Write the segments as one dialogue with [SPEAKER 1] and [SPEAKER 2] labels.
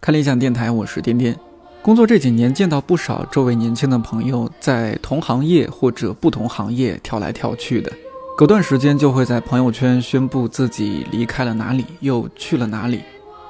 [SPEAKER 1] 看理想电台，我是颠颠。工作这几年，见到不少周围年轻的朋友在同行业或者不同行业跳来跳去的，隔段时间就会在朋友圈宣布自己离开了哪里，又去了哪里。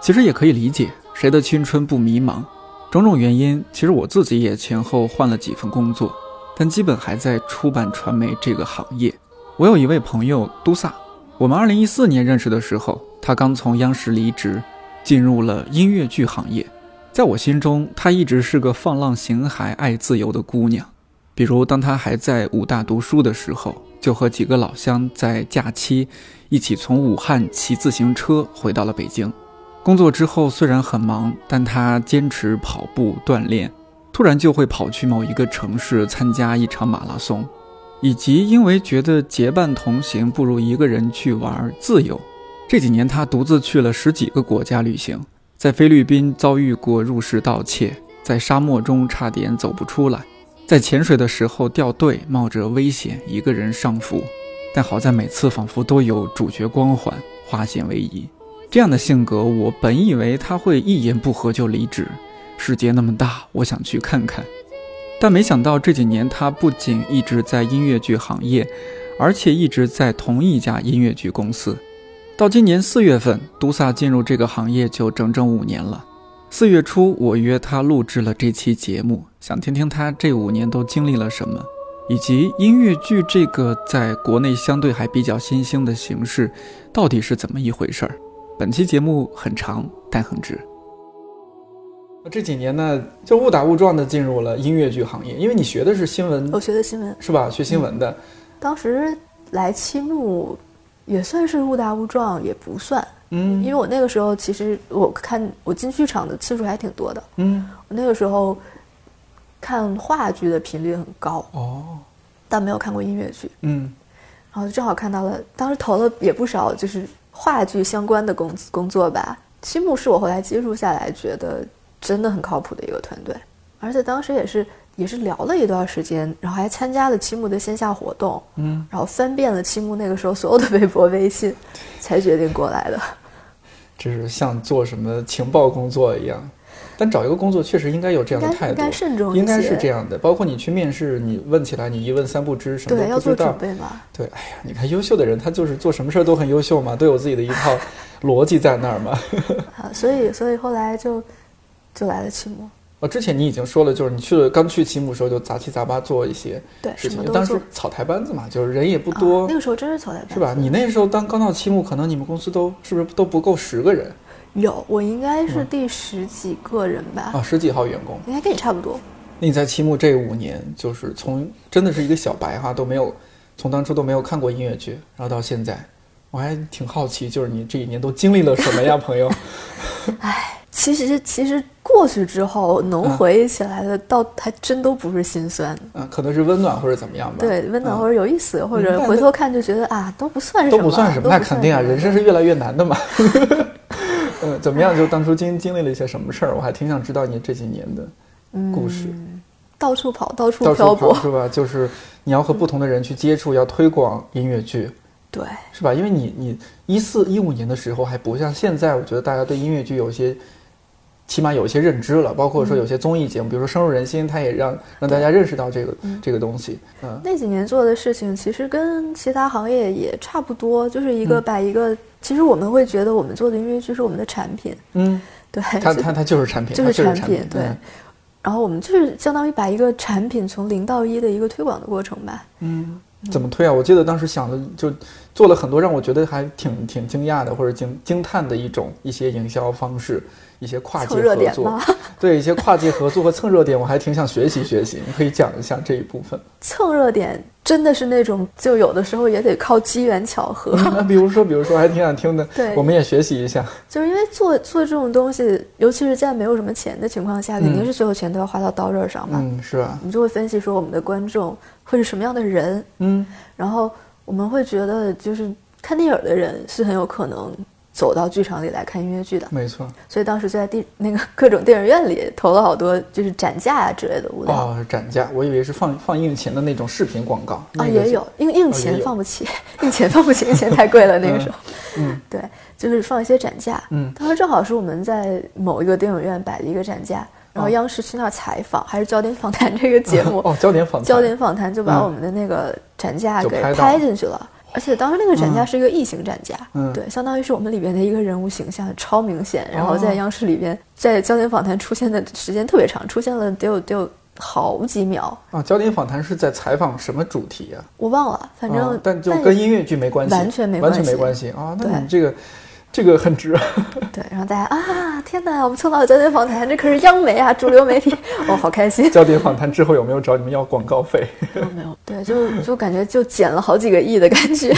[SPEAKER 1] 其实也可以理解，谁的青春不迷茫？种种原因，其实我自己也前后换了几份工作，但基本还在出版传媒这个行业。我有一位朋友都萨，我们二零一四年认识的时候，他刚从央视离职，进入了音乐剧行业。在我心中，她一直是个放浪形骸、爱自由的姑娘。比如，当她还在武大读书的时候，就和几个老乡在假期一起从武汉骑自行车回到了北京。工作之后虽然很忙，但她坚持跑步锻炼，突然就会跑去某一个城市参加一场马拉松，以及因为觉得结伴同行不如一个人去玩自由。这几年，她独自去了十几个国家旅行。在菲律宾遭遇过入室盗窃，在沙漠中差点走不出来，在潜水的时候掉队，冒着危险一个人上浮，但好在每次仿佛都有主角光环，化险为夷。这样的性格，我本以为他会一言不合就离职。世界那么大，我想去看看，但没想到这几年他不仅一直在音乐剧行业，而且一直在同一家音乐剧公司。到今年四月份，都萨进入这个行业就整整五年了。四月初，我约他录制了这期节目，想听听他这五年都经历了什么，以及音乐剧这个在国内相对还比较新兴的形式，到底是怎么一回事儿。本期节目很长，但很值。这几年呢，就误打误撞的进入了音乐剧行业，因为你学的是新闻
[SPEAKER 2] 我学的新闻，
[SPEAKER 1] 是吧？学新闻的，
[SPEAKER 2] 当时来七木也算是误打误撞，也不算，因
[SPEAKER 1] 嗯
[SPEAKER 2] 为我那个时候其实我看我进剧场的次数还挺多的，
[SPEAKER 1] 嗯，
[SPEAKER 2] 我那个时候看话剧的频率很高，
[SPEAKER 1] 哦，
[SPEAKER 2] 但没有看过音乐剧，
[SPEAKER 1] 嗯
[SPEAKER 2] 然后正好看到了，当时投了也不少，就是话剧相关的工工作吧。七木是我后来接触下来觉得真的很靠谱的一个团队，而且当时也是也是聊了一段时间，然后还参加了七木的线下活动，
[SPEAKER 1] 嗯，
[SPEAKER 2] 然后翻遍了七木那个时候所有的微博、微信，才决定过来的。
[SPEAKER 1] 这是像做什么情报工作一样。但找一个工作确实应该有这样的
[SPEAKER 2] 应该
[SPEAKER 1] 态度，
[SPEAKER 2] 应该慎重一些
[SPEAKER 1] 应该是这样的。包括你去面试，你问起来，你一问三不知，什么
[SPEAKER 2] 对，
[SPEAKER 1] 都
[SPEAKER 2] 要
[SPEAKER 1] 不
[SPEAKER 2] 做
[SPEAKER 1] 知
[SPEAKER 2] 准
[SPEAKER 1] 道。
[SPEAKER 2] 备嘛。
[SPEAKER 1] 对，哎呀，你看优秀的人，他就是做什么事儿都很优秀嘛，都有自己的一 套逻辑在那儿嘛。
[SPEAKER 2] 啊，所以所以后来就就来了七木，
[SPEAKER 1] 哦，之前你已经说了，就是你去了刚去期末的时候就杂七杂八做一些
[SPEAKER 2] 对，
[SPEAKER 1] 事
[SPEAKER 2] 什
[SPEAKER 1] 情
[SPEAKER 2] 么，都
[SPEAKER 1] 当
[SPEAKER 2] 做
[SPEAKER 1] 时。草台班子嘛，就是人也不
[SPEAKER 2] 啊
[SPEAKER 1] 多，
[SPEAKER 2] 那个时候真是草台班子，
[SPEAKER 1] 是吧？你那时候当刚到期末，可能你们公司都是不是都不够十个人
[SPEAKER 2] 有，我应该是
[SPEAKER 1] 嗯
[SPEAKER 2] 第十几个人吧。
[SPEAKER 1] 啊，十几号员工。
[SPEAKER 2] 应该跟你差不多。
[SPEAKER 1] 那你在期木这五年，就是从真的是一个小白哈，都没有从当初都没有看过音乐剧，然后到现在，我还挺好奇，就是你这一年都经历了什么呀，朋友？
[SPEAKER 2] 其实其实过去之后能回忆起来的，倒还真都不是心酸，
[SPEAKER 1] 啊，可能是温暖或者怎么样吧？
[SPEAKER 2] 对，温暖或者有意思，或
[SPEAKER 1] 嗯
[SPEAKER 2] 者
[SPEAKER 1] 但
[SPEAKER 2] 回头看就觉得啊，都不算什
[SPEAKER 1] 都
[SPEAKER 2] 么，
[SPEAKER 1] 不算什么，
[SPEAKER 2] 都
[SPEAKER 1] 那
[SPEAKER 2] 不算
[SPEAKER 1] 肯定啊，
[SPEAKER 2] 什么
[SPEAKER 1] 人生是越来越难的嘛。 嗯，怎么样？就当初经经历了一些什么事儿，我还挺想知道你这几年的故事。
[SPEAKER 2] 到处跑，到处
[SPEAKER 1] 到处
[SPEAKER 2] 嗯漂
[SPEAKER 1] 跑
[SPEAKER 2] 泊，
[SPEAKER 1] 是吧？就是你要和不同的人去接触，要推广音乐剧，
[SPEAKER 2] 对，
[SPEAKER 1] 是吧？因为你你一四一五年的时候还不像现在，我觉得大家对音乐剧有些，起码有一些认知了，包括说
[SPEAKER 2] 嗯
[SPEAKER 1] 有些综艺节目，比如说《深入人心》，它也让让大家认识到这个、这个东西。嗯
[SPEAKER 2] 那几年做的事情其实跟其他行业也差不多，就是一个
[SPEAKER 1] 嗯
[SPEAKER 2] 把一个，其实我们会觉得我们做的音乐剧是我们的产品，
[SPEAKER 1] 嗯，
[SPEAKER 2] 对，
[SPEAKER 1] 它
[SPEAKER 2] 就
[SPEAKER 1] 它它就是产品，
[SPEAKER 2] 哎就
[SPEAKER 1] 它
[SPEAKER 2] 是
[SPEAKER 1] 就是
[SPEAKER 2] 产
[SPEAKER 1] 品，
[SPEAKER 2] 品对
[SPEAKER 1] 嗯
[SPEAKER 2] 然后我们就是相当于把一个产品从零到一的一个推广的过程吧，
[SPEAKER 1] 嗯，怎么推啊？我记得当时想的就做了很多让我觉得还挺挺惊讶的或者惊惊叹的一种一些营销方式，一些跨界
[SPEAKER 2] 蹭热
[SPEAKER 1] 合
[SPEAKER 2] 点
[SPEAKER 1] 作
[SPEAKER 2] 嘛，，
[SPEAKER 1] 对一些跨界合作和蹭热点，我还挺想学习学习。你可以讲一下这一部分。
[SPEAKER 2] 蹭热点真的是那种，就有的时候也得靠机缘巧合，
[SPEAKER 1] 那比如说，比如说，还挺想听的，
[SPEAKER 2] 对
[SPEAKER 1] 嗯我们也学习一下。
[SPEAKER 2] 就是因为做做这种东西，尤其是在没有什么钱的情况下，肯定是所有钱都要花到刀刃上嘛。
[SPEAKER 1] 嗯，是吧？
[SPEAKER 2] 我们就会分析说我们的观众会是什么样的人，
[SPEAKER 1] 嗯
[SPEAKER 2] 然后我们会觉得就是看电影的人是很有可能走到剧场里来看音乐剧的。
[SPEAKER 1] 没错，
[SPEAKER 2] 所以当时就在地那个各种电影院里投了好多就是展架啊之类的物料。
[SPEAKER 1] 哦，是展架，我以为是放放映前的那种视频广告啊、
[SPEAKER 2] 啊，
[SPEAKER 1] 那个
[SPEAKER 2] 也
[SPEAKER 1] 是哦
[SPEAKER 2] 有，因为硬
[SPEAKER 1] 也
[SPEAKER 2] 钱
[SPEAKER 1] 有
[SPEAKER 2] 放不起， 硬钱放不起，硬钱太贵了那个时候。
[SPEAKER 1] 嗯
[SPEAKER 2] 对，就是放一些展架。
[SPEAKER 1] 嗯
[SPEAKER 2] 当时正好是我们在某一个电影院摆了一个展架，
[SPEAKER 1] 哦
[SPEAKER 2] 然后央视去那儿采访，还是《焦点访谈》这个节目，
[SPEAKER 1] 哦，焦点访谈
[SPEAKER 2] 焦点访谈》就把
[SPEAKER 1] 嗯
[SPEAKER 2] 我们的那个展架
[SPEAKER 1] 就
[SPEAKER 2] 给
[SPEAKER 1] 拍到
[SPEAKER 2] 拍进去了。而且当时那个展架
[SPEAKER 1] 嗯
[SPEAKER 2] 是一个异形展架，
[SPEAKER 1] 嗯
[SPEAKER 2] 对，相当于是我们里边的一个人物形象，超明显。然后
[SPEAKER 1] 哦
[SPEAKER 2] 在央视里边，在《焦点访谈》出现的时间特别长，出现了得有得有好几秒，
[SPEAKER 1] 啊，焦点访谈是在采访什么主题啊？
[SPEAKER 2] 我忘了，反正、
[SPEAKER 1] 啊但就
[SPEAKER 2] 也
[SPEAKER 1] 跟音乐剧没关系，
[SPEAKER 2] 完全没
[SPEAKER 1] 完
[SPEAKER 2] 关
[SPEAKER 1] 全没
[SPEAKER 2] 系
[SPEAKER 1] 关系啊。那
[SPEAKER 2] 对
[SPEAKER 1] 你这个这个很值啊。
[SPEAKER 2] 对，然后大家啊，天哪，我们蹭到了焦点访谈，这可是央媒啊，主流媒 体，我、好开心。
[SPEAKER 1] 焦点访谈之后有没有找你们要广告 费？
[SPEAKER 2] 没有，对，就就感觉就减了好几个亿的感 觉，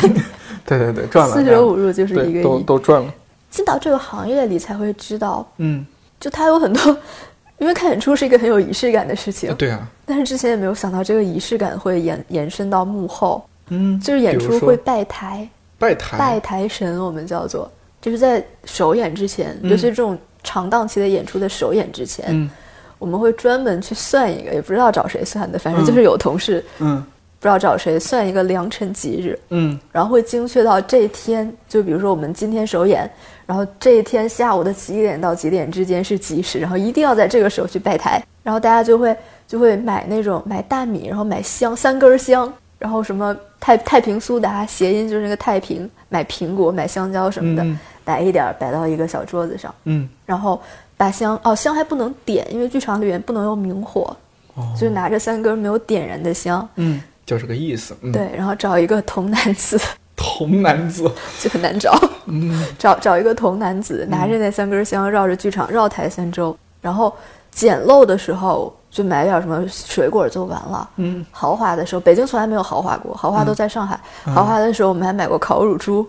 [SPEAKER 1] 对对对，赚了
[SPEAKER 2] 四
[SPEAKER 1] 赚
[SPEAKER 2] 舍
[SPEAKER 1] 了
[SPEAKER 2] 五入就是
[SPEAKER 1] 对
[SPEAKER 2] 一个
[SPEAKER 1] 都
[SPEAKER 2] 亿。
[SPEAKER 1] 都赚了。
[SPEAKER 2] 进到这个行业里才会知道，
[SPEAKER 1] 嗯，
[SPEAKER 2] 就它有很多， 因为看演出是一个很有仪式感的事情，
[SPEAKER 1] 对啊，
[SPEAKER 2] 但是之前也没有想到这个仪式感会延延伸到幕后，
[SPEAKER 1] 嗯，
[SPEAKER 2] 就是演
[SPEAKER 1] 比
[SPEAKER 2] 出
[SPEAKER 1] 如说
[SPEAKER 2] 会拜台，
[SPEAKER 1] 拜台，
[SPEAKER 2] 拜台神，我们叫做，就是在首演之前，
[SPEAKER 1] 嗯
[SPEAKER 2] 尤其是这种长档期的演出的首演之前，
[SPEAKER 1] 嗯
[SPEAKER 2] 我们会专门去算一个，也不知道找谁算的，反正就
[SPEAKER 1] 嗯
[SPEAKER 2] 是有同事、
[SPEAKER 1] 嗯
[SPEAKER 2] 不知道找谁算一个良辰吉日，
[SPEAKER 1] 嗯，
[SPEAKER 2] 然后会精确到这一天，就比如说我们今天首演，然后这一天下午的几点到几点之间是吉时，然后一定要在这个时候去拜台，然后大家就会就会买那种买大米，然后买香三根香，然后什么太太平苏打，谐音就是那个太平，买苹果买香蕉什么的，
[SPEAKER 1] 嗯嗯
[SPEAKER 2] 摆一点儿摆到一个小桌子上，
[SPEAKER 1] 嗯
[SPEAKER 2] 然后把香哦香还不能点，因为剧场里面不能有明火，
[SPEAKER 1] 哦
[SPEAKER 2] 就是拿着三根没有点燃的香，
[SPEAKER 1] 嗯，就是个意思。嗯，
[SPEAKER 2] 对，然后找一个童男子
[SPEAKER 1] 童男子，
[SPEAKER 2] 就很难找，
[SPEAKER 1] 嗯
[SPEAKER 2] 找找一个童男子拿着那三根香绕着剧场绕台三周，然后捡漏的时候就买点什么水果就完了。
[SPEAKER 1] 嗯，
[SPEAKER 2] 豪华的时候，北京从来没有豪华过，豪华都在上海。豪华的时候，我们还买过烤乳猪，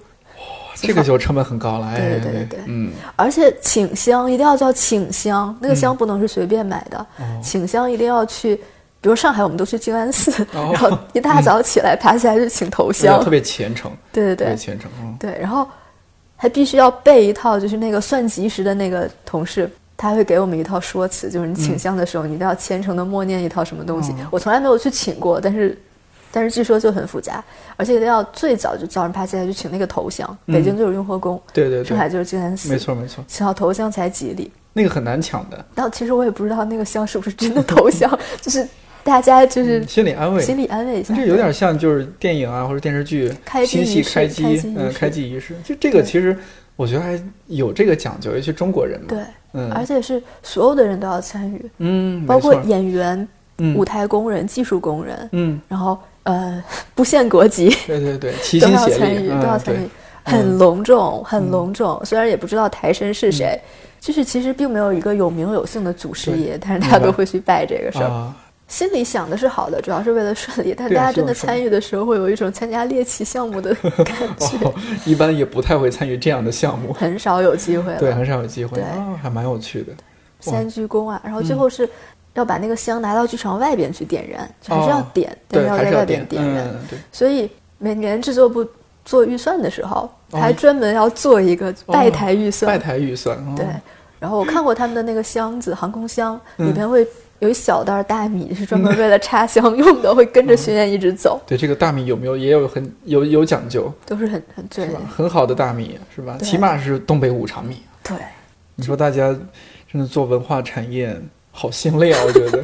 [SPEAKER 1] 这个就成本很高了。哎
[SPEAKER 2] 对对对对
[SPEAKER 1] 嗯，
[SPEAKER 2] 而且请香一定要叫请香，那个香不能是随便买的，
[SPEAKER 1] 嗯哦
[SPEAKER 2] 请香一定要去，比如上海我们都去静安寺，
[SPEAKER 1] 哦
[SPEAKER 2] 然后一大早起来爬起来就请头
[SPEAKER 1] 要
[SPEAKER 2] 香
[SPEAKER 1] 特，别虔诚，
[SPEAKER 2] 对对
[SPEAKER 1] 特别
[SPEAKER 2] 对
[SPEAKER 1] 虔诚。嗯
[SPEAKER 2] 对，然后还必须要备一套，就是那个算吉时的那个同事。他会给我们一套说辞，就是你请香的时候，你一定要虔诚的默念一套什么东西。
[SPEAKER 1] 嗯哦
[SPEAKER 2] 我从来没有去请过，但是，但是据说就很复杂，而且一定要最早就早上爬起来去请那个头香。北京就是雍和宫，
[SPEAKER 1] 对嗯对
[SPEAKER 2] 上海
[SPEAKER 1] 对，
[SPEAKER 2] 就是静安寺，
[SPEAKER 1] 没错没错，
[SPEAKER 2] 请到头香才吉利。
[SPEAKER 1] 那个很难抢的，
[SPEAKER 2] 然后其实我也不知道那个香是不是真 的头香，就是大家就是
[SPEAKER 1] 心理安慰。
[SPEAKER 2] 心里安慰一下。
[SPEAKER 1] 嗯这有点像就是电影啊或者电视剧
[SPEAKER 2] 开机
[SPEAKER 1] 新戏
[SPEAKER 2] 仪式
[SPEAKER 1] 开机
[SPEAKER 2] 开机，仪
[SPEAKER 1] 嗯，
[SPEAKER 2] 式
[SPEAKER 1] 开机仪式。就这个
[SPEAKER 2] 对
[SPEAKER 1] 其实我觉得还有这个讲究，尤其中国人嘛。
[SPEAKER 2] 对，
[SPEAKER 1] 嗯，
[SPEAKER 2] 而且是所有的人都要参与，
[SPEAKER 1] 嗯，没
[SPEAKER 2] 包括
[SPEAKER 1] 错
[SPEAKER 2] 演员、
[SPEAKER 1] 嗯
[SPEAKER 2] 舞台工人、技术工人，
[SPEAKER 1] 嗯，
[SPEAKER 2] 然后呃 不限国籍
[SPEAKER 1] 对对对，齐
[SPEAKER 2] 都
[SPEAKER 1] 心
[SPEAKER 2] 要
[SPEAKER 1] 协
[SPEAKER 2] 参
[SPEAKER 1] 力，
[SPEAKER 2] 与，都要
[SPEAKER 1] 嗯，
[SPEAKER 2] 参
[SPEAKER 1] 对
[SPEAKER 2] 与，，很隆重，很隆重。虽然也不知道台神是谁，就是其实并没有一个有名有姓的祖师
[SPEAKER 1] 嗯对
[SPEAKER 2] 爷，但是大家
[SPEAKER 1] 明
[SPEAKER 2] 都
[SPEAKER 1] 白
[SPEAKER 2] 会去拜这个事儿。
[SPEAKER 1] 啊，
[SPEAKER 2] 心里想的是好的，主要是为了顺利，但
[SPEAKER 1] 对啊
[SPEAKER 2] 大家真的
[SPEAKER 1] 就是顺利
[SPEAKER 2] 参与的时候，会有一种参加猎奇项目的 感觉，
[SPEAKER 1] 哦， 一般也不太会参与这样的项目，
[SPEAKER 2] 很少有机会
[SPEAKER 1] 对，
[SPEAKER 2] 了。
[SPEAKER 1] 很少有机会
[SPEAKER 2] 对
[SPEAKER 1] 啊，还蛮有趣的。
[SPEAKER 2] 三鞠躬啊，然
[SPEAKER 1] 嗯
[SPEAKER 2] 后最后是要把那个香拿到剧场外边去点燃，就还是要
[SPEAKER 1] 哦
[SPEAKER 2] 点，但
[SPEAKER 1] 对，
[SPEAKER 2] 是要
[SPEAKER 1] 还
[SPEAKER 2] 在
[SPEAKER 1] 是要
[SPEAKER 2] 外
[SPEAKER 1] 点
[SPEAKER 2] 边，点燃。
[SPEAKER 1] 嗯，对，
[SPEAKER 2] 所以每年制作部做预算的时候，
[SPEAKER 1] 哦
[SPEAKER 2] 还专门要做一个拜台预算。
[SPEAKER 1] 拜台预算，哦
[SPEAKER 2] 对，然后我看过他们的那个箱子，航空箱
[SPEAKER 1] 嗯
[SPEAKER 2] 里边会有一小袋大米，是专门为了插香用的，会跟着巡演一直走，
[SPEAKER 1] 对，这个大米有没有也有很有有讲究，
[SPEAKER 2] 都是很很对
[SPEAKER 1] 嗯是吧？很好的大米是吧？
[SPEAKER 2] 对
[SPEAKER 1] 起码是东北五常米。
[SPEAKER 2] 对。
[SPEAKER 1] 你说大家真的做文化产业好心累啊，我觉得，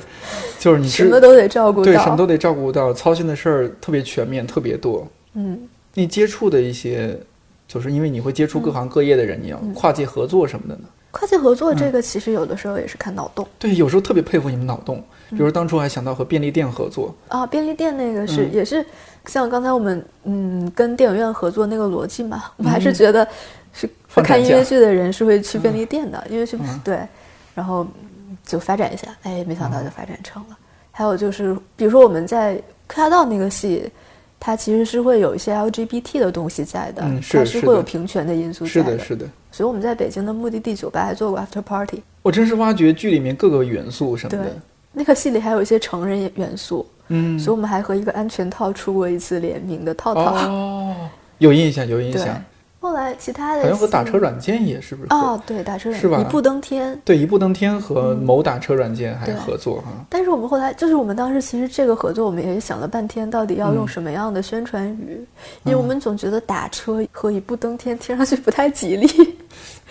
[SPEAKER 1] 就是你
[SPEAKER 2] 什
[SPEAKER 1] 是
[SPEAKER 2] 么都得照顾
[SPEAKER 1] 对什么
[SPEAKER 2] 到，
[SPEAKER 1] 都得照顾到，操心的事儿特别全面，特别多。
[SPEAKER 2] 嗯，
[SPEAKER 1] 你接触的一些，就是因为你会接触
[SPEAKER 2] 嗯
[SPEAKER 1] 各行各业的人，你要跨界合作什么的呢？
[SPEAKER 2] 跨界合
[SPEAKER 1] 嗯
[SPEAKER 2] 作这个其实有的时候也是看脑洞
[SPEAKER 1] 对，有时候特别佩服你们脑洞，
[SPEAKER 2] 嗯
[SPEAKER 1] 比如当初还想到和便利店合作，
[SPEAKER 2] 啊。便利店那个是
[SPEAKER 1] 嗯
[SPEAKER 2] 也是像刚才我们嗯跟电影院合作那个逻辑嘛，我还是觉得是
[SPEAKER 1] 嗯放
[SPEAKER 2] 看
[SPEAKER 1] 展
[SPEAKER 2] 音
[SPEAKER 1] 架
[SPEAKER 2] 乐剧的人是会去便利店的，因为去
[SPEAKER 1] 嗯
[SPEAKER 2] 对，然后嗯就发展一下，哎，没想到就发展成了。还有就是，比如说我们在克拉道那个戏。它其实是会有一些 LGBT 的东西在的，
[SPEAKER 1] 嗯是
[SPEAKER 2] 它
[SPEAKER 1] 是
[SPEAKER 2] 是
[SPEAKER 1] 的
[SPEAKER 2] 会有平权的因素
[SPEAKER 1] 是
[SPEAKER 2] 在
[SPEAKER 1] 的，是的，
[SPEAKER 2] 所以我们在北京的目的地酒吧还做过 after party，
[SPEAKER 1] 我真是挖掘剧里面各个元素什么
[SPEAKER 2] 对
[SPEAKER 1] 的，，
[SPEAKER 2] 那个戏里还有一些成人元素，
[SPEAKER 1] 嗯，
[SPEAKER 2] 所以我
[SPEAKER 1] 哦
[SPEAKER 2] 们还和一个安全套出过一次联名的套套。
[SPEAKER 1] 哦，有印象，有印
[SPEAKER 2] 对
[SPEAKER 1] 象，
[SPEAKER 2] 后来其他的
[SPEAKER 1] 好像和打车软件也是不是合？
[SPEAKER 2] 哦，对，打车软
[SPEAKER 1] 是吧
[SPEAKER 2] 一步登天。
[SPEAKER 1] 对，一步登天和某打车软件还
[SPEAKER 2] 对
[SPEAKER 1] 合作哈。
[SPEAKER 2] 但是我们后来就是我们当时其实这个合作，我们也想了半天，到底
[SPEAKER 1] 嗯
[SPEAKER 2] 要用什么样的宣传语，因为我们总觉得打车和一步登天听上去不太吉 利。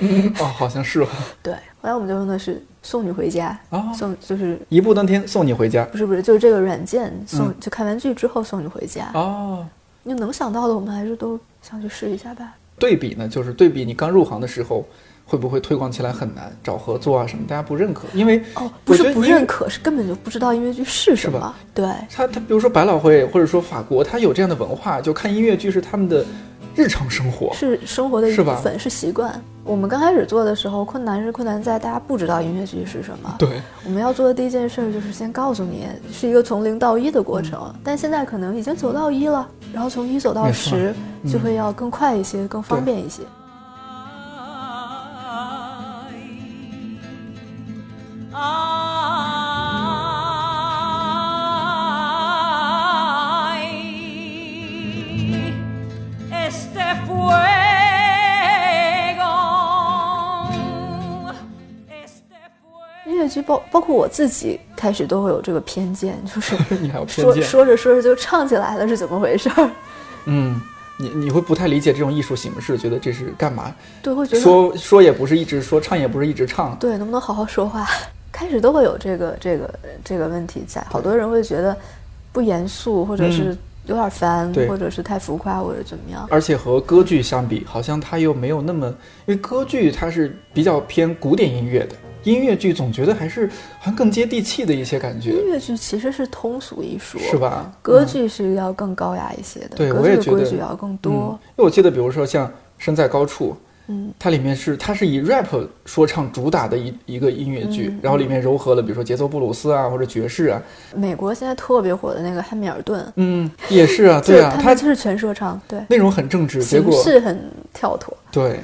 [SPEAKER 1] 嗯，哦，好像 是哈。
[SPEAKER 2] 对，后来我们就用的是送你回家，
[SPEAKER 1] 哦
[SPEAKER 2] 送就是
[SPEAKER 1] 一步登天送你回家。
[SPEAKER 2] 不是不是就是这个软件送、
[SPEAKER 1] 嗯
[SPEAKER 2] 就看完剧之后送你回家。
[SPEAKER 1] 哦，
[SPEAKER 2] 你能想到的，我们还是都想去试一下吧。
[SPEAKER 1] 对比呢，就是对比你刚入行的时候，会不会推广起来很难，找合作啊什么，大家不认可，因为
[SPEAKER 2] 哦，不
[SPEAKER 1] 我觉
[SPEAKER 2] 是
[SPEAKER 1] 得
[SPEAKER 2] 不
[SPEAKER 1] 因为
[SPEAKER 2] 认可，是根本就不知道音乐剧是什
[SPEAKER 1] 吧
[SPEAKER 2] 么。对，
[SPEAKER 1] 他他比如说百老汇或者说法国，他有这样的文化，就看音乐剧是他们的日常生活。
[SPEAKER 2] 是生活的一
[SPEAKER 1] 是
[SPEAKER 2] 部
[SPEAKER 1] 吧
[SPEAKER 2] 分，是习惯。我们刚开始做的时候，困难是困难在大家不知道音乐剧是什么。
[SPEAKER 1] 对，
[SPEAKER 2] 我们要做的第一件事就是先告诉你，是一个从零到一的过程。
[SPEAKER 1] 嗯
[SPEAKER 2] 但现在可能已经走到一了，然后从一走到
[SPEAKER 1] 没错
[SPEAKER 2] 十，
[SPEAKER 1] 嗯
[SPEAKER 2] 就会要更快一些，更方
[SPEAKER 1] 对
[SPEAKER 2] 便一些。
[SPEAKER 3] Ay, este fuego, este
[SPEAKER 2] 音
[SPEAKER 3] fuego.
[SPEAKER 2] 乐剧包包括我自己开始都会有这个偏见，就是
[SPEAKER 1] 你还有 偏
[SPEAKER 2] 说
[SPEAKER 1] 见。
[SPEAKER 2] 说着说着就唱起来了，是怎么回事儿？
[SPEAKER 1] 嗯，你你会不太理解这种艺术形式，觉得这是干嘛？
[SPEAKER 2] 对，会觉得
[SPEAKER 1] 说说也不是一直说，唱也不是一直唱。
[SPEAKER 2] 对，能不能好好说话？开始都会有这个这个这个问题在，好多人会觉得不严肃，或者是有点烦，
[SPEAKER 1] 嗯对
[SPEAKER 2] 或者是太浮夸，或者怎么样。
[SPEAKER 1] 而且和歌剧相比，好像它又没有那么，因为歌剧它是比较偏古典音乐的，音乐剧总觉得还是好像更接地气的一些感觉，
[SPEAKER 2] 音乐剧其实是通俗艺术，
[SPEAKER 1] 是吧？
[SPEAKER 2] 歌
[SPEAKER 1] 嗯
[SPEAKER 2] 剧是要更高雅一些的，
[SPEAKER 1] 对
[SPEAKER 2] 歌
[SPEAKER 1] 我也
[SPEAKER 2] 剧的
[SPEAKER 1] 觉得
[SPEAKER 2] 规矩要更多。
[SPEAKER 1] 嗯因为我记得，比如说像《身在高处》，
[SPEAKER 2] 嗯，
[SPEAKER 1] 它里面是它是以 rap 说唱主打的一一个音乐剧，
[SPEAKER 2] 嗯
[SPEAKER 1] 然后里面糅合了比如说节奏布鲁斯啊或者爵士啊，
[SPEAKER 2] 美国现在特别火的那个汉密尔顿，
[SPEAKER 1] 嗯，也是啊，
[SPEAKER 2] 就
[SPEAKER 1] 对啊，
[SPEAKER 2] 他
[SPEAKER 1] 它
[SPEAKER 2] 们就是全说唱，对，
[SPEAKER 1] 内容很正直，结
[SPEAKER 2] 形
[SPEAKER 1] 果
[SPEAKER 2] 式很跳脱。
[SPEAKER 1] 对，